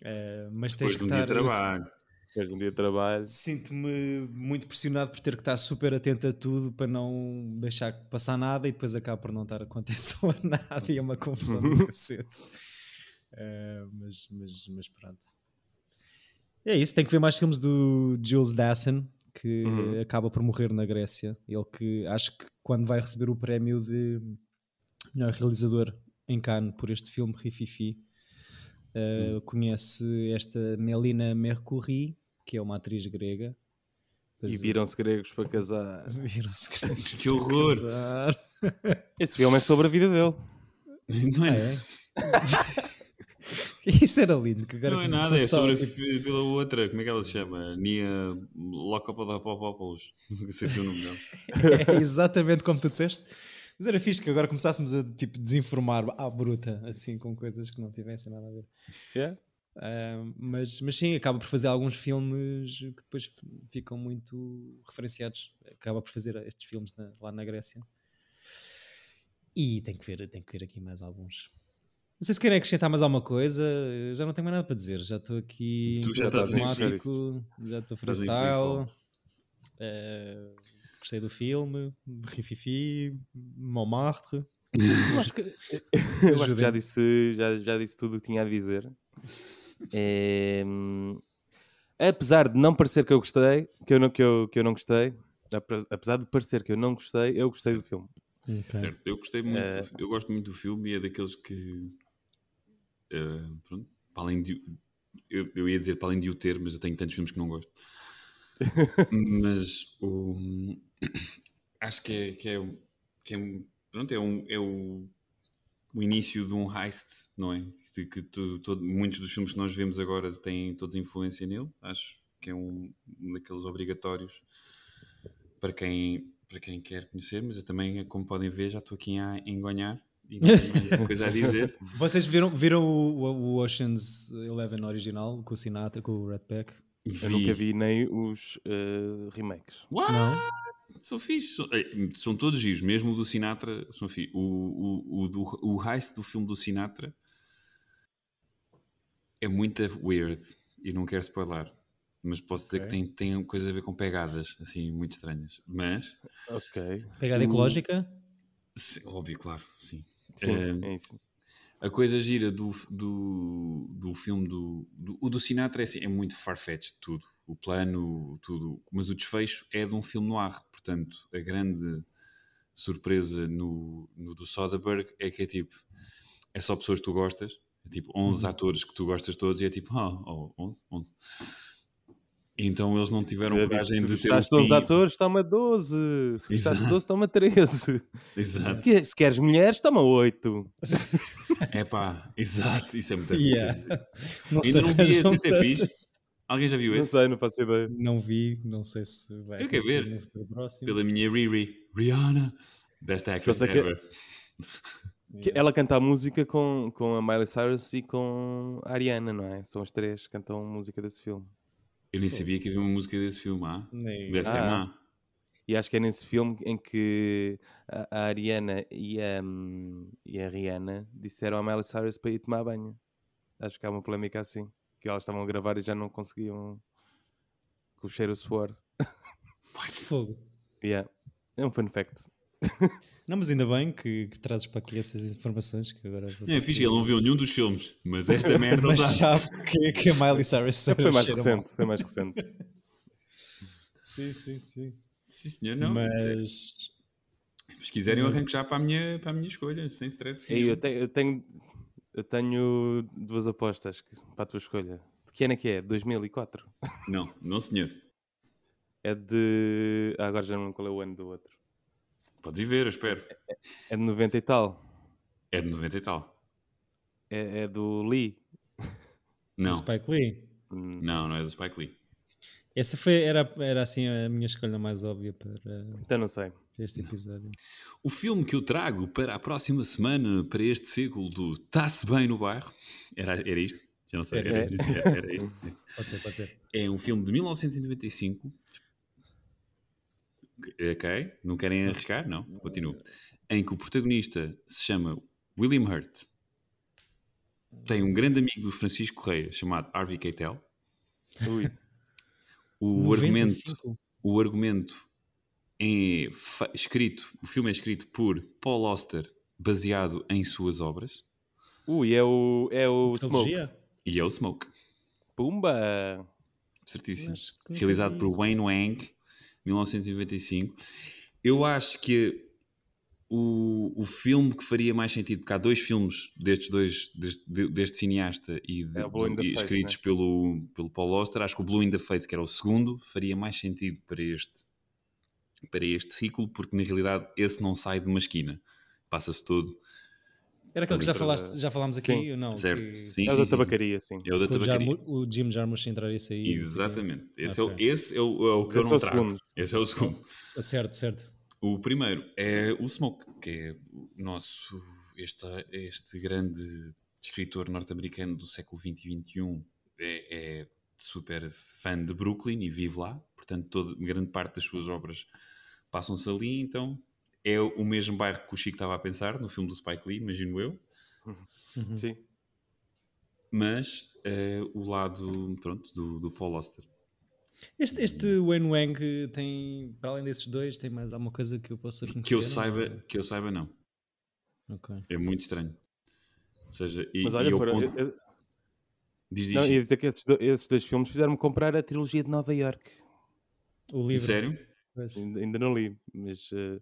S2: Uh, mas tens
S3: Depois de
S2: que
S3: um dia
S2: estar.
S3: de *laughs* trabalho.
S4: Depois de um dia de trabalho.
S2: Sinto-me muito pressionado por ter que estar super atento a tudo para não deixar passar nada e depois acabo por não estar *laughs* atenção a nada e é uma confusão do cacete. Uh, mas, mas, mas pronto. É isso, tem que ver mais filmes do Jules Dassin, que
S4: Uhum.
S2: acaba por morrer na Grécia. Ele que acho que quando vai receber o prémio de melhor realizador em Cannes por este filme Rififi, uh, conhece esta Melina Mercouri, que é uma atriz grega.
S4: E
S2: é.
S4: viram-se gregos para casar.
S2: Viram-se
S3: *laughs*
S2: gregos
S3: Que
S2: para
S3: horror.
S2: *laughs* casar.
S4: Esse filme é sobre a vida dele.
S3: Não é,
S2: Ah, é? *laughs* Isso era lindo. Que agora
S3: não é
S2: que
S3: nada,
S2: foi
S3: é
S2: só,
S3: sobre a
S2: tipo,
S3: fi- pela outra. Como é que ela se chama? Nia Locopodopopopoulos. *laughs* Não sei se é o nome dela.
S2: é *laughs* exatamente como tu disseste. Mas era fixe que agora começássemos a tipo, desinformar à bruta, assim, com coisas que não tivessem nada a ver.
S4: Yeah.
S2: Ah, mas, mas sim, acaba por fazer alguns filmes que depois f- ficam muito referenciados. Acaba por fazer estes filmes na- lá na Grécia. E tem que, ver, tem que ver aqui mais alguns. Não sei se querem acrescentar mais alguma coisa. Eu já não tenho mais nada para dizer. Já estou aqui
S3: Tu
S2: em
S3: já
S2: piloto
S3: estás em
S2: automático, já estou
S3: Estás em free
S2: freestyle.
S3: fall.
S2: Ah, gostei do filme. Rififi, Montmartre.
S4: *laughs* Eu acho que, *laughs* eu acho que
S2: Ajudem-me.
S4: já, disse, já, já disse tudo o que tinha a dizer. É, hum, apesar de não parecer que eu gostei, que eu não, que eu, que eu não gostei, apre- apesar de parecer que eu não gostei, eu gostei do filme.
S3: Certo, eu gostei muito,
S4: Eh,
S3: eu gosto muito do filme e é daqueles que eh, pronto, para além de eu, eu ia dizer para além de o ter, mas eu tenho tantos filmes que não gosto. mas o *coughs* acho que é que é, um- que é um- pronto, é, um, é o, o início de um heist, não é? Que, que tu- todo- muitos dos filmes que nós vemos agora têm todos influência nele, acho que é um, um daqueles obrigatórios para quem, para quem quer conhecer, mas eu também, como podem ver, já estou aqui a enganhar
S4: *laughs*
S3: e não tenho mais coisa a dizer.
S2: Vocês viram, viram o, o- o Ocean's Eleven original com o Sinatra, com o Red Pack?
S4: Eu nunca vi nem os eh, remakes.
S3: What?
S2: Não.
S3: São fixos. São, eh, são todos giros, mesmo o do Sinatra. São fi- o, o, o, do, o heist do filme do Sinatra é muito weird e não quero spoiler. Mas posso dizer
S2: Ok.
S3: que tem, tem coisas a ver com pegadas, assim, muito estranhas. Mas,
S4: Ok.
S2: Pegada
S3: O-
S2: ecológica?
S3: se- óbvio, claro, sim.
S4: Sim,
S3: Eh,
S4: é isso.
S3: A coisa gira do, do, do filme do, do. O do Sinatra é, assim, é muito farfetch tudo. O plano, tudo. Mas o desfecho é de um filme no ar. Portanto, a grande surpresa no, no do Soderbergh é que é tipo. É só pessoas que tu gostas. É tipo 11
S4: Uhum.
S3: atores que tu gostas todos e é tipo. *laughs* Ah, oh, 11, 11. Então eles não tiveram coragem
S4: É tipo, Se
S3: de ter.
S4: gostaste de
S3: um
S4: 11
S3: fim.
S4: atores, toma 12. Se gostaste de
S3: Exato. Ah.
S4: 12, toma 13. *laughs*
S3: Exato.
S4: Que- Se queres mulheres, toma 8.
S3: É pá, exato. Isso é muito
S2: Yeah. *laughs* Não
S3: Ainda não vi esse,
S2: arranjam
S3: esse é fixe.
S2: tantas.
S3: Alguém já viu
S4: Não
S3: esse?
S4: sei, não faço ideia.
S2: Não vi, não sei se vai
S3: Eu quero
S2: acontecer
S3: ver.
S2: no futuro próximo.
S3: pela minha Riri, Rihanna, best actress
S4: Só sei que-
S3: ever.
S4: Que é Ela canta a música com, com a Miley Cyrus e com a Ariana, não é? São as três que cantam música desse filme.
S3: Eu nem sabia que havia uma música desse filme, ah?
S2: Nem-
S3: Deve ser
S4: Ah.
S3: má.
S4: E acho que é nesse filme em que a, a Ariana e a, hum, e a Rihanna disseram à Miley Cyrus para ir tomar banho. Acho que há uma polémica assim. Que elas estavam a gravar e já não conseguiam com o cheiro a suor.
S2: Fogo.
S4: Yeah. É um fun fact.
S2: Não, mas ainda bem que, que trazes para aqui essas informações que agora. vou-
S3: É fixe, ele não viu nenhum dos filmes, mas esta merda
S2: Mas
S3: já.
S2: sabe que, que a Miley Cyrus
S4: É, Foi mais
S2: cheira mal.
S4: recente, foi mais recente. *laughs*
S2: Sim, sim, sim.
S3: Sim, senhor, não.
S2: mas.
S3: Se quiserem, eu arranco já para a minha, para a minha escolha, sem stress.
S4: Ei, eu, te- eu tenho, eu tenho duas apostas que- para a tua escolha. De que ano é que é? 2004?
S3: Não, não, senhor.
S4: É de. Ah, agora já não lembro qual é o ano do outro.
S3: Podes ir ver, eu espero.
S4: É de 90 e tal.
S3: É de 90 e tal.
S4: É, é do Lee.
S3: Não,
S2: Spike Lee.
S4: Hum,
S3: não, não é do Spike Lee.
S2: Essa foi, era, era assim a minha escolha mais óbvia para
S4: Então não sei.
S2: este episódio.
S3: O filme que eu trago para a próxima semana, para este ciclo do Está-se Bem no Bairro, era, era isto? Já não sei. Era,
S4: Era.
S3: isto, era, era isto.
S2: Pode ser, pode ser.
S3: É um filme de 1995. Ok, não querem arriscar? Não, continuo. Em que o protagonista se chama William Hurt. Tem um grande amigo do Francisco Correia chamado Harvey Keitel.
S4: Ui.
S3: *laughs* O argumento
S2: 95.
S3: o argumento é fa- escrito, o filme é escrito por Paul Auster, baseado em suas obras,
S4: Ui, é o. É o Smoke.
S2: Trilogia?
S3: e é o Smoke,
S4: Pumba!
S3: certíssimo.
S2: Mas que nunca
S3: Realizado
S2: vi
S4: Uhum.
S3: por
S2: isso.
S3: Wayne Wang, 1995. Eu acho que o, o filme que faria mais sentido, porque há dois filmes destes dois, deste, de- deste cineasta e, de-
S4: É o Blue in the
S3: e
S4: Face,
S3: escritos pelo, pelo Paul Auster, acho que o Blue in the Face, que era o segundo, faria mais sentido para este, para este ciclo, porque na realidade esse não sai de uma esquina. Passa-se todo.
S2: Era aquele que já,
S4: Lembra-
S2: falaste, já falámos aqui?
S4: Sim,
S2: ou não,
S3: certo.
S2: Que-
S3: Sim,
S4: é o
S3: sim,
S4: da
S3: sim,
S4: tabacaria, sim.
S3: sim. É o da
S2: que o,
S3: tabacaria.
S2: Jarmu- o Jim Jarmusch entrar e sair. não sei o quê.
S3: Exatamente. Esse,
S2: Ok.
S3: é, o, esse é, o, é o que
S4: Esse
S3: eu
S4: é
S3: não
S4: o
S3: trago.
S4: segundo.
S3: Esse é o segundo.
S2: Ah, Certo, certo.
S3: O primeiro é o Smoke, que é o nosso, este, este grande escritor norte-americano do século XX e XXI, é, é super fã de Brooklyn e vive lá, portanto toda, grande parte das suas obras passam-se ali, então é o mesmo bairro que o Chico estava a pensar no filme do Spike Lee, imagino eu,
S2: Uhum.
S4: Sim.
S3: mas é, o lado, pronto, do, do Paul Auster.
S2: Este, este Wayne Wang tem, para além desses dois, tem mais alguma coisa que eu possa conhecer?
S3: Que eu
S2: ou não?
S3: saiba, que eu saiba não,
S2: Ok.
S3: é muito estranho. Ou seja, e,
S4: Mas olha,
S3: e eu
S4: foram-
S3: conto-
S4: eu- eu-
S3: diz, diz,
S4: não,
S3: Chico.
S4: ia dizer que esses, do- esses dois filmes fizeram-me comprar a trilogia de Nova York.
S2: O livro.
S3: sério?
S2: pois.
S4: Ainda, ainda não li, mas eh,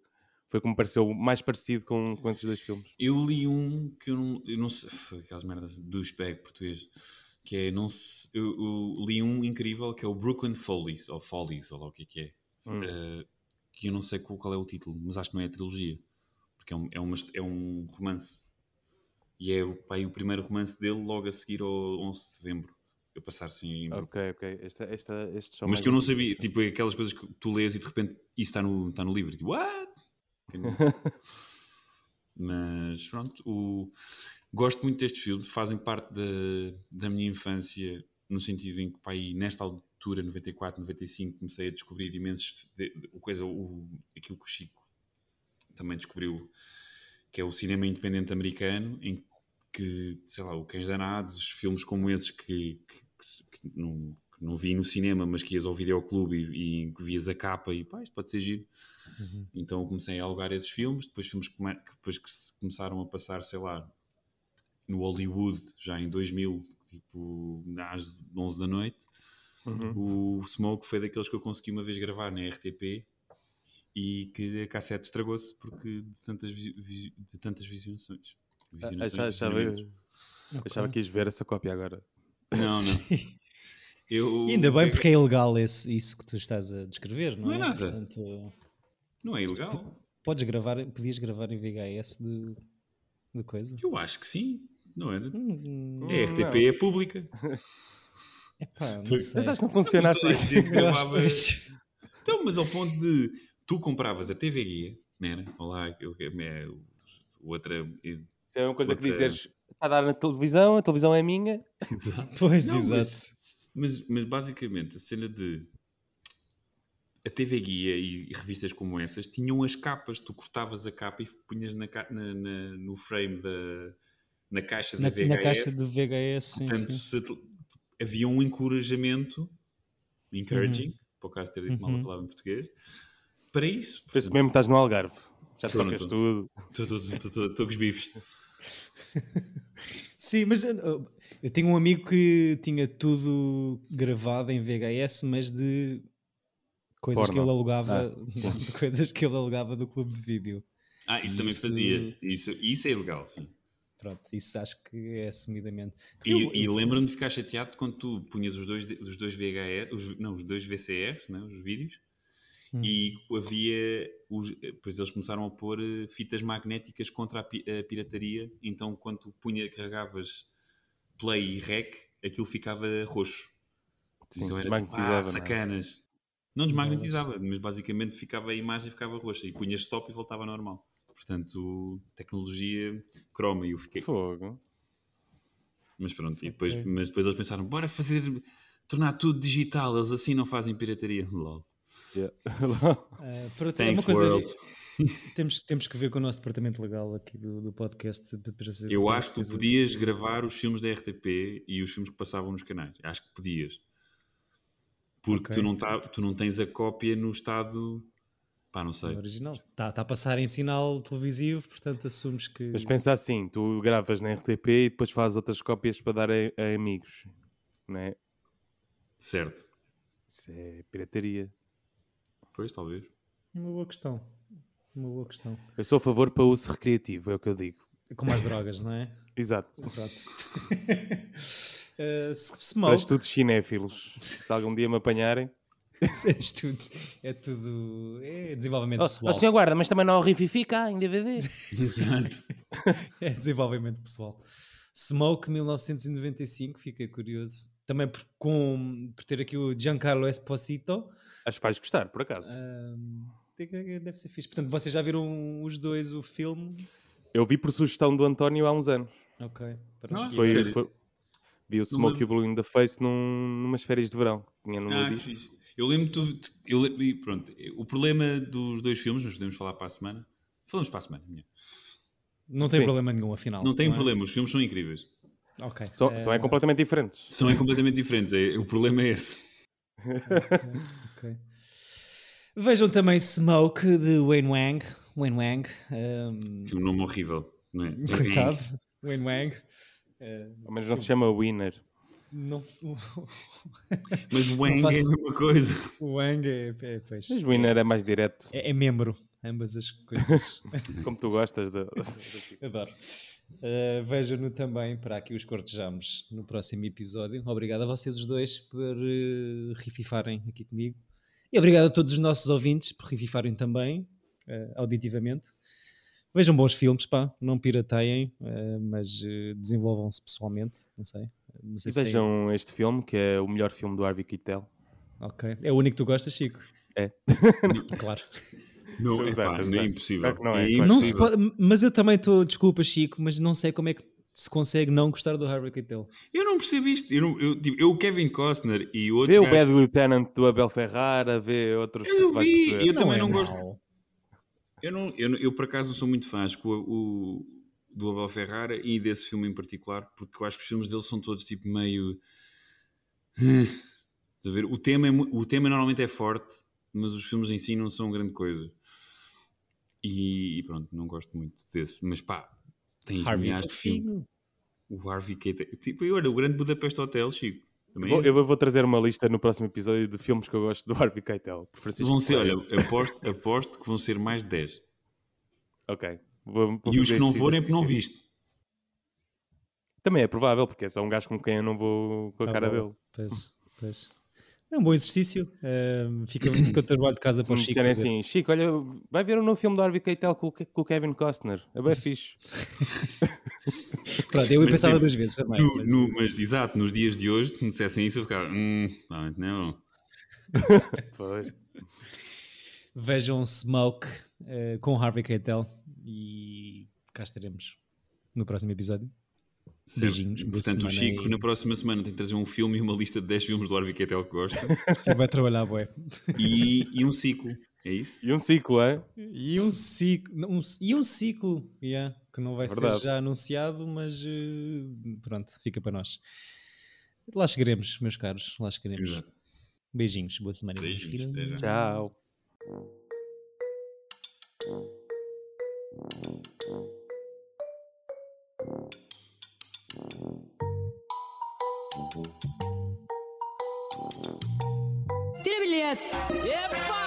S4: foi como pareceu mais parecido com, com esses dois filmes.
S3: Eu li um que eu não, eu não sei, foi aquelas merdas do SPEG português, que é, não se- eu, eu li um incrível que é o Brooklyn Follies, ou Follies, ou lá o que é que é,
S4: Hum.
S3: eh, que eu não sei qual, qual é o título, mas acho que não é a trilogia, porque é um, é uma hist- é um romance, e é o, pá, e o primeiro romance dele logo a seguir ao 11 de setembro, eu passar assim em Brooklyn.
S4: Ok, ok. Esta, esta, estes são
S3: Mas
S4: mais
S3: que eu não
S4: antigos.
S3: sabia, tipo aquelas coisas que tu lês e de repente isso está no, está no livro, e tipo, what? Mas pronto, o... gosto muito deste filme, fazem parte da, da minha infância, no sentido em que, pá, aí, nesta altura, 94, 95, comecei a descobrir imensos. de- de- o coisa, o, aquilo que o Chico também descobriu, que é o cinema independente americano, em que, sei lá, o Cães Danados, filmes como esses que, que- que não, que não vi no cinema, mas que ias ao videoclube e, e que vias a capa e pá, isto pode ser giro.
S2: Uhum.
S3: Então eu comecei a alugar esses filmes, depois filmes que, come- que depois que se começaram a passar, sei lá, no Hollywood, já em 2000, tipo às 11 da noite.
S4: Uhum.
S3: O Smoke foi daqueles que eu consegui uma vez gravar na RTP e que a cassete estragou-se porque de tantas, vi- vi- de tantas visionações.
S4: Ah,
S3: Visionações,
S4: achava- achava-
S3: visionamentos.
S2: *laughs*
S4: Achava que ias ver essa cópia agora.
S3: Não, não.
S2: Sim.
S3: Eu-
S2: Ainda bem porque é ilegal esse, isso que tu estás a descrever, não,
S3: Não é
S2: é?
S3: nada.
S2: Portanto,
S3: Não é ilegal.
S2: podes gravar, podias gravar em VHS de, de coisa.
S3: Eu acho que sim. Não era.
S2: Hum,
S3: A RTP é
S2: *laughs*
S3: pública.
S2: epá, não sei.
S4: Mas acho que não funciona
S3: Toda a
S4: assim.
S2: *laughs* Eu acho
S3: gente gravava-
S2: que pois-
S3: Então, mas ao ponto de tu compravas a TV Guia, não era? Olá, eu, é, o- outra. *laughs*
S4: Isso é uma coisa que
S3: Outra-
S4: dizeres, está a dar na televisão, a televisão é minha.
S2: Pois,
S3: Não, mas-
S2: exato.
S3: Mas, mas basicamente a cena de a TV Guia e, e revistas como essas tinham as capas, tu cortavas a capa e punhas na ca- na- na- no frame da na caixa da
S2: Na,
S3: VHS.
S2: na caixa de VHS, sim,
S3: Portanto,
S2: sim.
S3: se tu- havia um encorajamento, encouraging, por acaso ter dito mal a
S2: Uhum.
S3: palavra em português, para isso.
S4: Por isso mesmo que estás no Algarve. Já
S3: Estou no
S4: trocas
S3: tom.
S4: tudo.
S3: Estou com os bifes.
S2: Sim, mas uh, eu tenho um amigo que tinha tudo gravado em VHS, mas de coisas
S4: Porno.
S2: que ele alugava, *laughs* de coisas que ele alugava do clube de vídeo.
S3: Ah, isso também
S2: Isso-
S3: fazia. Isso, isso é ilegal, sim.
S2: Pronto, isso acho que é assumidamente.
S3: E,
S2: Eu-
S3: e
S2: eu-
S3: lembra-me de ficar chateado quando tu punhas os dois, os dois VHS, os- não, os dois VCRs, né, os vídeos,
S2: Hum.
S3: e havia, os, pois eles começaram a pôr eh, fitas magnéticas contra a, pi- a pirataria, então quando tu punha, carregavas play e rec, aquilo ficava roxo.
S4: Sim,
S3: então era tipo,
S4: desmagnetizava,
S3: ah,
S4: não é?"
S3: sacanas. Não desmagnetizava, mas basicamente ficava a imagem ficava roxa e punhas stop e voltava ao normal. Portanto, tecnologia croma e eu fiquei,
S4: Fogo.
S3: mas pronto, e depois,
S2: Ok.
S3: mas depois eles pensaram, bora fazer, tornar tudo digital, eles assim não fazem pirataria. Lol.
S4: Yeah.
S2: Ah, para outra-
S3: Thanks
S2: uma coisa,
S3: world.
S2: Temos, temos que ver com o nosso departamento legal aqui do, do podcast. para- para saber-
S3: Eu
S2: para
S3: acho que tu
S2: fazer-
S3: podias gravar os filmes da RTP e os filmes que passavam nos canais. Acho que podias. Porque
S2: Ok.
S3: tu, não tá- tu não tens a cópia no estado. Pá, não sei.
S2: no original. Está tá a passar em sinal televisivo, portanto assumes que.
S4: Mas pensa assim, tu gravas na RTP e depois fazes outras cópias para dar a, a amigos, não é?
S3: Certo.
S4: Isso é pirataria.
S3: Pois, talvez.
S2: Uma boa questão. Uma boa questão.
S4: Eu sou a favor para uso recreativo, é o que eu digo.
S2: Como as drogas, não é?
S4: Exato.
S2: *laughs* Pronto. uh,
S4: Para
S2: smoke. *laughs*
S4: estudos cinéfilos. Se algum dia me apanharem.
S2: És tudo, é tudo. É desenvolvimento pessoal.
S4: Oh, guarda, mas também não horrifica em DVD.
S3: *laughs*
S2: É desenvolvimento pessoal. Smoke 1995, fiquei curioso. Também por, com, por ter aqui o Giancarlo Esposito.
S4: Acho que vais gostar, por acaso.
S3: Eh.
S2: Ahm, tem que- deve ser fixe. Portanto, vocês já viram os dois o filme?
S4: Eu vi por sugestão do António há uns anos.
S2: Ok. pronto.
S3: Não,
S2: E-
S3: é
S4: Foi,
S3: sério?
S4: foi- vi o Smoke e o Blue in the Face num, numas férias de verão. que Tinha no meu
S3: Ah, que
S4: disco.
S3: fixe. Eu lembro tu, eu lembro, e pronto, o problema dos dois filmes, mas podemos falar para a semana. Falamos para a semana. minha.
S2: não tem
S4: Sim.
S2: problema nenhum, afinal.
S3: Não tem
S2: é?
S3: problema, os filmes são incríveis.
S2: Ok.
S4: São,
S2: Eh,
S4: são é completamente diferentes. *laughs*
S3: São é completamente diferentes. é- o problema é esse.
S2: ok. Vejam também Smoke de Wayne Wang. Wayne Wang. ahm,
S3: Que é um nome horrível, não é?
S2: coitado. Wayne Wang. Eh,
S4: Ao menos não se chama Winner.
S2: não, *laughs*
S3: Mas Wang
S2: faço-
S3: é a mesma coisa.
S2: o Wang é, é, pois,
S4: Mas Winner é mais direto,
S2: é, é membro. Ambas as coisas.
S4: como tu
S3: *laughs*
S4: gostas da.
S2: Adoro. Uh, Vejam-no também para que os cortejamos no próximo episódio. Obrigado a vocês os dois por uh, rififarem aqui comigo. E obrigado a todos os nossos ouvintes por rififarem também, uh, auditivamente. Vejam bons filmes, pá. Não pirateiem, uh, mas uh, desenvolvam-se pessoalmente. Não sei. Não sei se têm-
S4: Vejam este filme, que é o melhor filme do Harvey Keitel.
S2: Ok. É o único que tu gostas, Chico?
S4: É.
S2: *laughs* claro.
S3: Não, é,
S4: Exato,
S3: pá, não é
S4: exato.
S3: impossível.
S4: Claro que não é, claro.
S2: Não se
S3: impossível.
S2: pode- mas eu também estou. Desculpa, Chico, mas não sei como é que se consegue não gostar do Harvey Keitel.
S3: Eu não percebo isto. Eu, não- eu, tipo, eu, o Kevin Costner e outros
S4: Vê o
S3: gajos-
S4: Bad Lieutenant do Abel Ferrara, vê outros
S3: Eu
S4: que tu
S3: não
S4: vais
S3: vi,
S4: perceber.
S3: eu também não gosto.
S2: é mau.
S3: Eu, não, eu, não- eu, por acaso não sou muito fã acho que o, o- do Abel Ferrara e desse filme em particular, porque eu acho que os filmes dele são todos tipo meio. Estás a ver? O tema, é mu- o tema normalmente é forte, mas os filmes em si não são grande coisa. E, e pronto, não gosto muito desse. Mas pá, tem
S2: Harvey
S3: milhares de filmes. O Harvey Keitel. Tipo, e olha, o Grande Budapeste Hotel, Chico. Também
S4: Vou-
S3: é.
S4: eu vou- vou trazer uma lista no próximo episódio de filmes que eu gosto do *laughs* Harvey Keitel. por Francisco
S3: Vão ser, olha,
S4: Coelho.
S3: aposto, aposto que vão ser mais de 10.
S4: Ok. Vou- vou
S3: E os
S4: fazer
S3: que não
S4: esse
S3: forem é porque não
S4: exercício.
S3: viste.
S4: Também é provável, porque é só um gajo com quem eu não vou com a
S2: Ah,
S4: cara
S2: boa.
S4: dele.
S2: Pois, pois. É um bom exercício. Ahm, fica, fica o trabalho de casa
S4: Se
S2: para eh, o
S4: me
S2: Chico.
S4: disserem
S2: fazer.
S4: assim, Chico, olha, vai ver um novo filme do Harvey Keitel com, o Ke- com o Kevin Costner. É bem fixe.
S2: Pronto, eu ia
S3: Mas,
S2: pensava
S3: tipo,
S2: duas vezes também.
S3: No-
S2: mas-
S3: no- mas exato, nos dias de hoje, se me dissessem isso, eu ficava, hum, provavelmente não.
S4: Pois.
S2: Vejam Smoke eh, com Harvey Keitel e cá estaremos no próximo episódio.
S3: Certo.
S2: Beijinhos, boa
S3: Portanto, o
S2: semana
S3: Chico,
S2: e-
S3: na próxima semana, tem que trazer um filme e uma lista de 10 filmes do Harvey Keitel que gosta
S2: Que vai trabalhar, bué.
S3: e, e um ciclo. É isso?
S4: E um ciclo, é?
S2: E um ciclo, não, um- e um ciclo yeah, que não vai
S4: Verdade.
S2: ser já anunciado, mas eh, pronto, fica para nós. Lá chegaremos, meus caros, lá chegaremos.
S3: Exato.
S2: Beijinhos, boa semana. e bons
S3: Beijinhos,
S2: filmes.
S3: até já.
S4: Tchau.
S1: Tira bilhete! Epa!